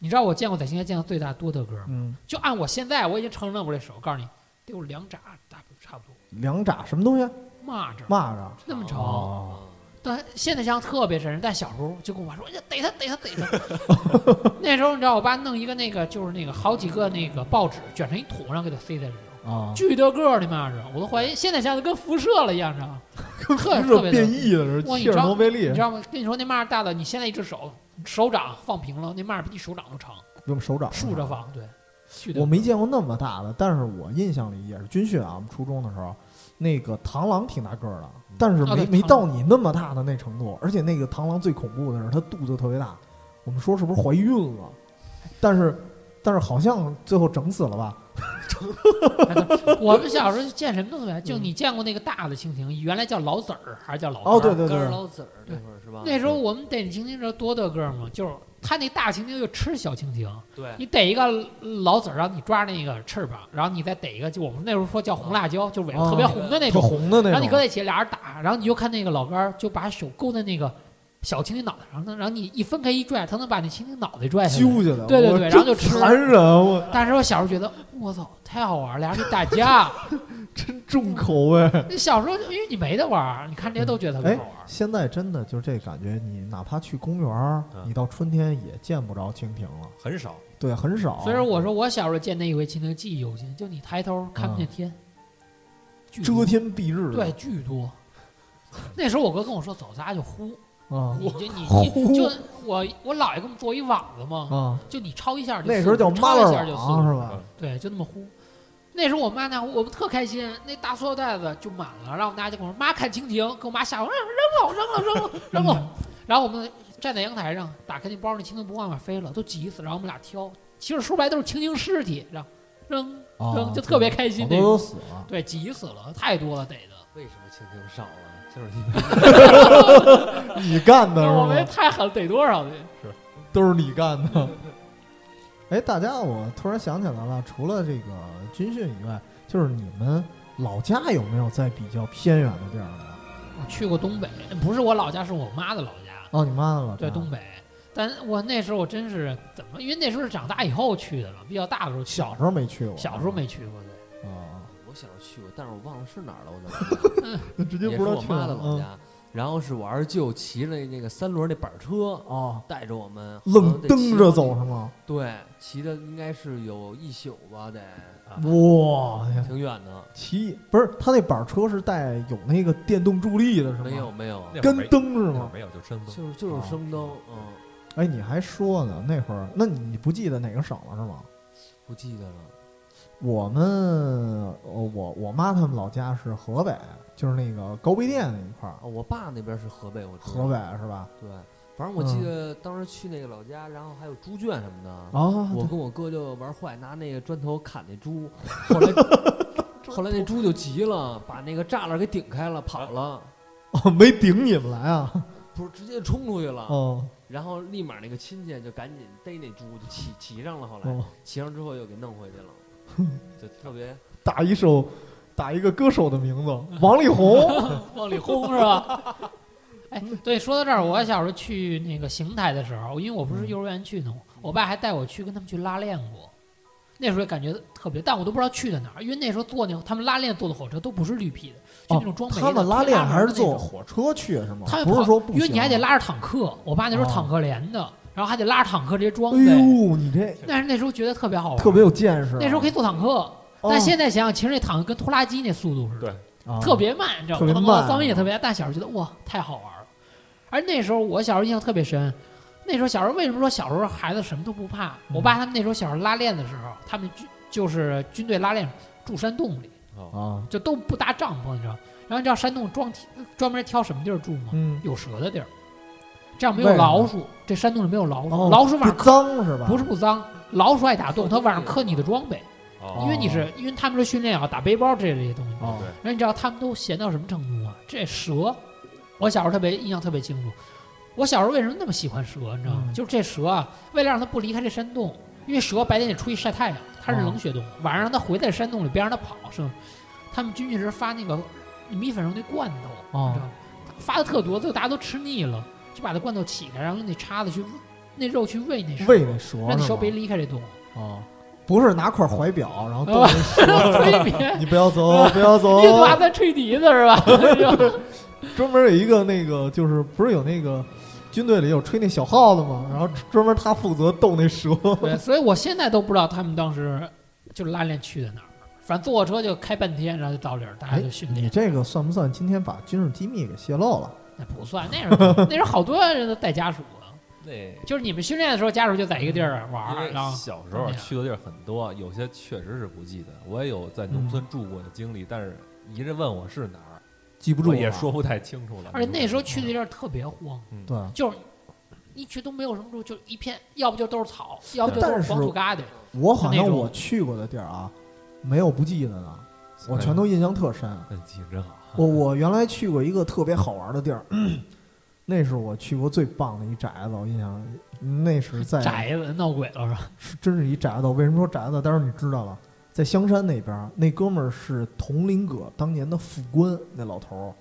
C: 你知道我见过在邢台见到最大多的哥吗？
B: 嗯，
C: 就按我现在我已经承认我这手，告诉你得有两拃大差不多
B: 两拃什么东西？
C: 蚂蚱
B: 蚂蚱。
C: 那么长。
B: 哦，
C: 但现在想想特别瘆人，但小时候就跟我爸说：“哎呀，逮他，逮他，逮他！”那时候你知道，我爸弄一个那个，就是那个好几个那个报纸卷成一桶，然后给它塞在里
B: *laughs*
C: 头，
B: 啊，
C: 巨的个儿，你妈是，我都怀疑现在想想跟辐射了一样，你知道吗？
B: 跟
C: 特
B: 辐射
C: 特别
B: 变
C: 的
B: 异的时候，
C: 哇你
B: 切尔
C: 知道
B: 诺贝
C: 你
B: 利
C: 知道吗？跟你说那蚂蚱大的，你现在一只手手掌放平了，那蚂蚱比你手掌都长，
B: 用手掌
C: 竖着。放，对，巨的
B: 我没见过那么大的，但是我印象里也是军训啊，我们初中的时候，那个螳螂挺大个儿的，但是
C: 啊
B: 没、
C: 对
B: 没
C: 螳螂
B: 到你那么大的那程度。而且那个螳螂最恐怖的是它肚子特别大，我们说是不是怀孕了？但是但是好像最后整死了吧？
C: 我们小时候见什么都特别，就你见过那个大的蜻蜓，原来叫老子儿还是叫老
B: 嗯哦，
C: 根
B: 对对
C: 儿
D: 根儿
B: 对，
D: 老籽儿那会儿是吧？
C: 那时候我们逮蜻蜓的时候多大个儿嘛，就是它那大蜻蜓就吃小蜻蜓，
D: 对，
C: 你逮一个老子儿，然后你抓那个翅膀，然后你再逮一个，就我们那时候说叫红辣椒，就尾巴特别红的那
B: 啊哦特
C: 种，
B: 红的那种。
C: 然后你搁在一起俩人打，然后你就看那个老杆儿就把手勾在那个小蜻蜓脑袋上，然后你一分开一拽，它能把那蜻蜓脑袋拽下来。
B: 揪下来，
C: 对对
B: 我
C: 对
B: 真
C: 然后就吃
B: 残忍，啊我
C: 但是我小时候觉得，我操，太好玩儿了，俩人去打
B: *laughs*
C: 架。
B: 真重口味。
C: 那小时候就因为你没得玩儿，你看这些都觉得特别好玩儿。
B: 现在真的就是这感觉，你哪怕去公园儿，
E: 嗯
B: 你到春天也见不着蜻蜓了，
E: 很少。
B: 对，很少。
C: 所以说我说我小时候见那一回蜻蜓记忆犹新，就你抬头看不见天，巨多
B: 嗯遮天蔽日，
C: 对，巨多。那时候我哥跟我说走，咱俩就呼，
B: 啊
C: 你就你
B: 呼
C: 你就我我姥爷给我们做一网子嘛，
B: 啊，
C: 就你抄一下就
B: 那时候
C: 四
B: 叫
C: 五
B: 妈
C: 抄一
B: 了
C: 下就四五
B: 网是啊吧？
C: 对，就那么呼。那时候我妈那我们特开心，那大塑料袋子就满了，然后我们大家就跟我说妈看蜻蜓，给我妈吓我扔了扔了扔了扔了，
B: 嗯
C: 然后我们站在阳台上打开那包，那蜻蜓不往外飞了，都急死，然后我们俩挑，其实说白都是蜻蜓尸体，然后扔
B: 啊
C: 扔就特别开心
B: 好
C: 那
B: 多都
C: 种，
B: 死了。
C: 对，急死了，太多了逮的。
D: 为什么蜻蜓少了？就是因为
B: 你干的
C: 那我们
B: 是
C: 也
B: 吗？
C: 太狠，逮多少的？
B: 都是你干
C: *laughs*
B: 的。哎，大家，我突然想起来了，除了这个军训以外，就是你们老家有没有在比较偏远的地儿啊呢？
C: 我去过东北，不是我老家，是我妈的老家，
B: 哦，你妈的老家
C: 对东北。但我那时候我真是怎么，因为那时候是长大以后去的嘛，比较大的时候去的。
B: 小时候没去过，
C: 小时候没去过，对，
B: 啊，
D: 我小时候去过，但是我忘了是哪儿了，我
B: *laughs*
D: 怎么
B: 那直接
D: 也
B: 不
D: 是
B: 知道
D: 我
B: 去
D: 妈
B: 哪
D: 的
B: 儿
D: 老
B: 嗯
D: 家。然后是我二舅骑着那个三轮那板车，
B: 哦，
D: 带着我们
C: 哦
B: 愣蹬着走是
D: 上，
B: 吗？
D: 对，骑的应该是有一宿吧，得
E: 好
B: 哇，哎呀
D: 挺远的。
B: 骑不是他那板车是带有那个电动助力的是吗？
D: 没有，没有，
E: 那会儿
B: 跟
E: 没
B: 蹬是
E: 那会儿
B: 吗？
E: 没有，就真不
D: 就是就是生灯，嗯，
B: 哎，你还说呢，那会儿那你你不记得哪个省了是吗？
D: 不记得了。
B: 我们呃我我妈他们老家是河北，就是那个高碑店那一块儿，
D: 哦，我爸那边是河北，我知道。
B: 河北是吧？
D: 对，反正我记得当时去那个老家，然后还有猪圈什么的。
B: 啊，
D: 我
B: 对
D: 跟我哥就玩坏，拿那个砖头砍那猪，后来后来那猪就急了，把那个栅栏给顶开了，跑了，
B: *laughs* 哦，没顶你们来啊？
D: 不是直接冲出去
C: 啊
D: 了。
B: 哦
D: 然后立马那个亲戚就赶紧逮那猪，就骑骑上了。后来
B: 哦，
D: 骑上之后又给弄回去了，就特别
B: 打一首，打一个歌手的名字，王力
C: *laughs*
B: 宏。
C: *laughs* 往里轰是吧？哎，对，说到这儿，我小时候去那个邢台的时候，因为我不
B: 嗯
C: 是幼儿园去的嘛，我爸还带我去跟他们去拉练过。那时候也感觉特别，但我都不知道去的哪儿，因为那时候坐那他们拉练坐的火车都不是绿皮的，就那种装
B: 哦
C: 煤的。
B: 他们拉练还是
C: 推拉
B: 坐
C: 门的那种
B: 火车去是吗
C: 他？们
B: 不是
C: 跑
B: 说不行，啊
C: 因为你还得。拉着坦克，我爸那时候
B: 哦
C: 坦克连的，然后还得拉着坦克这些装
B: 哎
C: 备。
B: 呦，你这
C: 但是那时候觉得特别好玩，
B: 特别有见识啊。
C: 那时候可以坐坦克，
B: 哦，
C: 但现在想想，其实那坦克跟拖拉机那速度似的。
B: 啊
C: 特别慢，你知道
B: 特
C: 吗？
B: 别慢
C: 噪音也特别大。但小时候觉得哇，太好玩了。而那时候我小时候印象特别深，那时候小时候为什么说小时候孩子什么都不怕？我爸他们那时候小时候拉练的时候，他们军就是军队拉练住山洞里，
B: 啊，
C: 就都不搭帐篷，你知道吗？然后你知道山洞装专门挑什么地儿住吗？
B: 嗯，
C: 有蛇的地儿，这样没
B: 为
C: 有
B: 什么
C: 老鼠，这山洞里没有老鼠，
B: 哦
C: 老鼠晚
B: 不
C: 上
B: 脏是吧？
C: 不是不脏，老鼠爱打洞，它晚上
D: 对
C: 磕你的装备，因
E: 哦，
C: 为你是因为他们是训练要打背包这类东西。
B: 哦，
E: 对
C: 然后你知道他们都闲到什么程度啊？这蛇，我小时候特别印象特别清楚。我小时候为什么那么喜欢蛇，你知道吗？
B: 嗯
C: 就是这蛇啊，为了让它不离开这山洞，因为蛇白天得出去晒太阳，它
B: 哦
C: 是冷血动物，晚上让它回在山洞里，别让它跑，是吧？他们军训时发那个米粉上那罐头，
B: 哦
C: 你知道吗？发的特多，最后大家都吃腻了，就把那罐头起开，然后用那叉子去那肉去喂那蛇，
B: 喂那蛇
C: 让那
B: 是
C: 蛇
B: 吗
C: 别离开
B: *laughs*
C: 这 *laughs* 洞。
B: 哦，不是拿块怀表，然后
C: 啊 *laughs*
B: 逗那蛇是吧
C: 催眠，
B: 你不要
C: *laughs*
B: 走，不要走
C: 印，度还在吹笛子是吧？ *laughs*
B: 专门有一个那个，就是不是有那个军队里有吹那小号的吗？然后专门他负责逗那蛇。 *laughs*
C: 对，所以我现在都不知道他们当时就拉练去的哪儿，反正坐车就开半天，然后就到这儿，大家就训
B: 哎你
C: 练。
B: 这个算不算今天把军事机密给泄露了？
C: 那不算，那时候那时候好多人都带家属啊，
E: 那
C: 就是你们训练的时候，家属就在一个地儿玩
E: 因
C: 儿，
E: 为
C: 然
B: 嗯
C: 后
E: 小时候去的地儿很多，有些确实是不记得。我也有在农
B: 嗯
E: 村住过的经历，但是一人问我是哪儿，
B: 记不住啊
E: 我
B: 了
E: 也说不太清楚了。
C: 而且那时候去的地儿特别荒，
E: 嗯，
B: 对，
C: 就是一去都没有什么路，就一片，要不就都是草，要不就
B: 但
C: 都
B: 是
C: 是黄土疙瘩。
B: 我好
C: 就
B: 像
C: 那种
B: 我去过的地儿啊，没有不记得的，我全都印象特深。
C: 嗯
E: 哎记性真好。
B: 我我原来去过一个特别好玩的地儿，嗯那是我去过最棒的一宅子，我印象那是在
C: 宅子闹鬼了是吧？
B: 是真是一宅子。为什么说宅子？待会儿你知道了，在香山那边儿，那哥们儿是佟林阁当年的副官，那老头儿，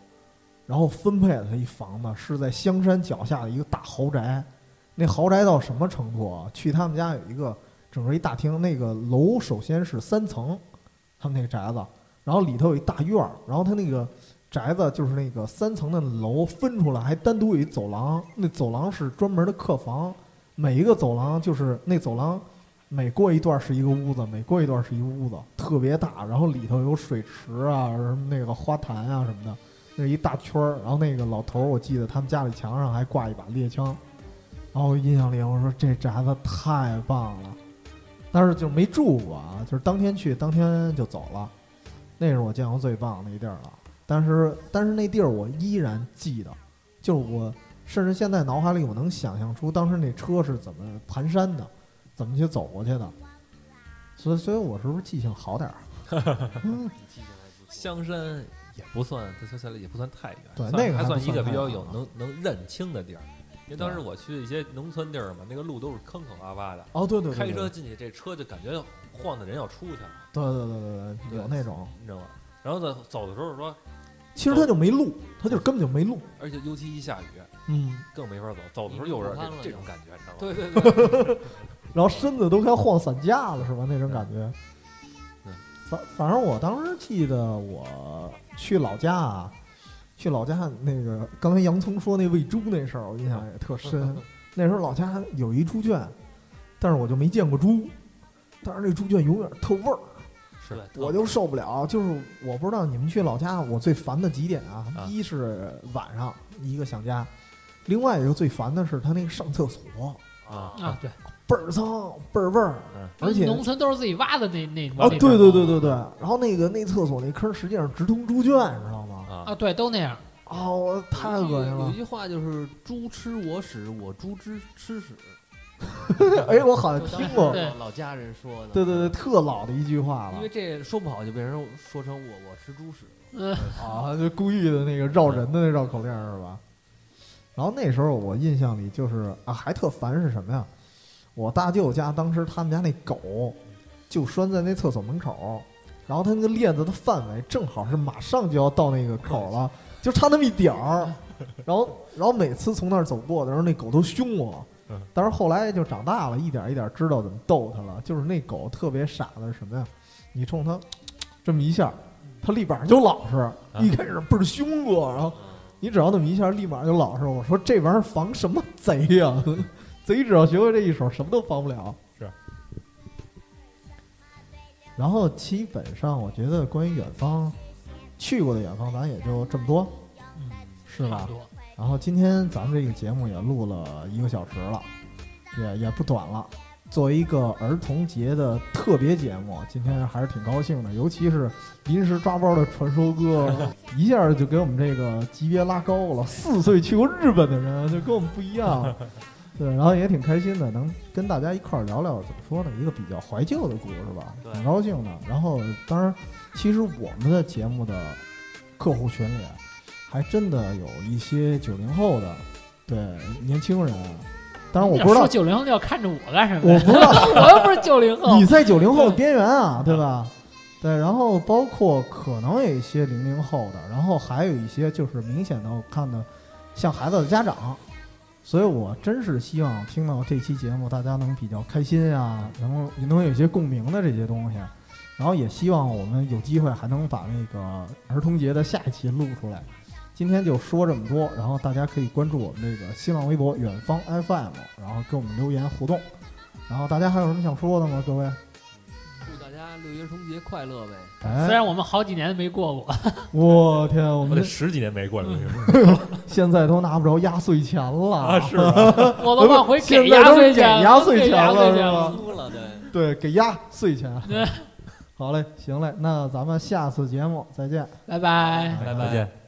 B: 然后分配了他一房子，是在香山脚下的一个大豪宅。那豪宅到什么程度啊？去他们家有一个整个一大厅，那个楼首先是三层，他们那个宅子，然后里头有一大院儿，然后他那个宅子就是那个三层的楼分出来，还单独有一走廊，那走廊是专门的客房，每一个走廊就是那走廊每过一段是一个屋子，每过一段是一个屋子，特别大，然后里头有水池啊，什么那个花坛啊什么的，那是一大圈儿。然后那个老头儿，我记得他们家里墙上还挂一把猎枪，然后我印象里我说这宅子太棒了，但是就没住过啊，就是当天去当天就走了，那是我见过最棒的一地儿了。但是但是那地儿我依然记得，就是我甚至现在脑海里我能想象出当时那车是怎么盘山的。怎么去走过去的。所以，所以我是不是记性好点儿？嗯，
E: 香山也不算，它香山也不算太远，
B: 对
E: 算
B: 那个还
E: 还
B: 不
E: 算一
B: 算
E: 个
B: 太
E: 比较
B: 远
E: 有
B: 啊
E: 能能认清的地儿。因为当时我去一些农村地儿嘛，那个路都是坑坑洼洼的，
B: 哦，对对对，
E: 开
B: 对
E: 车，进去这车就感觉晃的人要出去了，
B: 对对对对对，有那种，
E: 你知道吗？然后呢，走的时候说，
B: 其实他就没路，他就根本就没路。
E: 而且尤其一下雨
B: 嗯，
E: 更没法走，走的时候又是这这种感觉，你知道吗？
D: 对对对，
B: 然后身子都快晃散架了，是吧？那种感觉
E: 嗯。
B: 反反正我当时记得我去老家啊，去老家那个刚才洋葱说那喂猪那事儿，我印象也特 *laughs* 深。那时候老家有一猪圈，但是我就没见过猪，但是那猪圈永远特味儿。
E: 是吧？
B: 我就受不了，就是我不知道你们去老家，我最烦的几点啊，
E: 啊
B: 一是晚上一个想家，另外一个最烦的是他那个上厕所
E: 啊
C: 啊，对，
B: 倍儿脏倍儿味儿
E: 嗯，
B: 嗯而且
C: 农村都是自己挖的那那
B: 啊
C: 那
B: 对
C: 种
B: 对对对对，然后那个那厕所那坑实际上直通猪圈，知道吗？
E: 啊
C: 啊，对，都那样。
B: 啊，我太恶心
D: 有
B: 了
D: 一，句话就是“猪吃我屎，我猪吃吃屎”，
B: 哎，我好像
D: 就当
B: 听
D: 时
B: 过，
C: 对
D: 老老家人说的。
B: 对对对，特老的一句话了
D: 因为这说不好就被人说成我我吃猪屎，
C: 嗯，
B: 啊，就故意的那个绕人的那绕口令儿是吧？然后那时候我印象里就是啊，还特烦是什么呀？我大舅家当时他们家那狗就拴在那厕所门口，然后它那个链子的范围正好是马上就要到那个口了，就差那么一点儿。然后，然后每次从那儿走过的时候，那狗都凶我
E: 嗯。
B: 但是后来就长大了，一点一点知道怎么逗它了。就是那狗特别傻的是什么呀？你冲它这么一下，它立马就老实。
C: 嗯
B: 一开始倍儿凶我，然后你只要那么一下，立马就老实。我说这玩意儿防什么贼呀、 *laughs* 贼只要学会这一手，什么都防不了。
E: 是。
B: 然后基本上，我觉得关于远方去过的远方，咱也就这么多，
C: 嗯
B: 是
C: 差
B: 吧
C: 不？多
B: 然后今天咱们这个节目也录了一个小时了，也也不短了。作为一个儿童节的特别节目，今天还是挺高兴的，尤其是临时抓包的传说哥，一下就给我们这个级别拉高了。四岁去过日本的人就跟我们不一样，对，然后也挺开心的，能跟大家一块儿聊聊怎么说呢，一个比较怀旧的故事吧，
D: 对
B: 挺高兴的。然后，当然，其实我们的节目的客户群里，啊还真的有一些九零后的，对年轻人。啊当然，我不知道
C: 说九零后要看着我干什么
B: 我
C: 呀？ *laughs*
B: 不知道
C: 我又不是九零后
B: 你，在九零后边缘啊，对吧？对，然后包括可能有一些零零后的，然后还有一些就是明显的我看的像孩子的家长，所以我真是希望听到这期节目大家能比较开心啊，能能有一些共鸣的这些东西，然后也希望我们有机会还能把那个儿童节的下一期录出来。今天就说这么多，然后大家可以关注我们这个新浪微博远方 FM，然后跟我们留言互动。然后大家还有什么想说的吗？各位，
D: 祝大家家六一儿童节快 *laughs* 乐呗。
B: 哎，
C: 虽然我们好几年没
B: *laughs*
C: 过过，
B: 我天，我
E: 我得
B: 们
E: 十几年没过了，
B: 现在都拿不着压岁钱了
E: 啊，是吧？
C: 我都往回给
B: 现在
C: 压
B: 都
C: 岁
B: 给
C: 钱了，
B: 压
C: 都
B: 岁
C: 给
B: 钱
C: 压
B: 了
C: 岁
B: 是
C: 钱
B: 吧
C: 了。
D: 输了对，
B: 对，给压岁钱
C: 对。
B: 好嘞，行嘞，那咱们下次节目再见。
C: 拜拜。
E: 拜
B: 再
E: 哎拜
B: 见。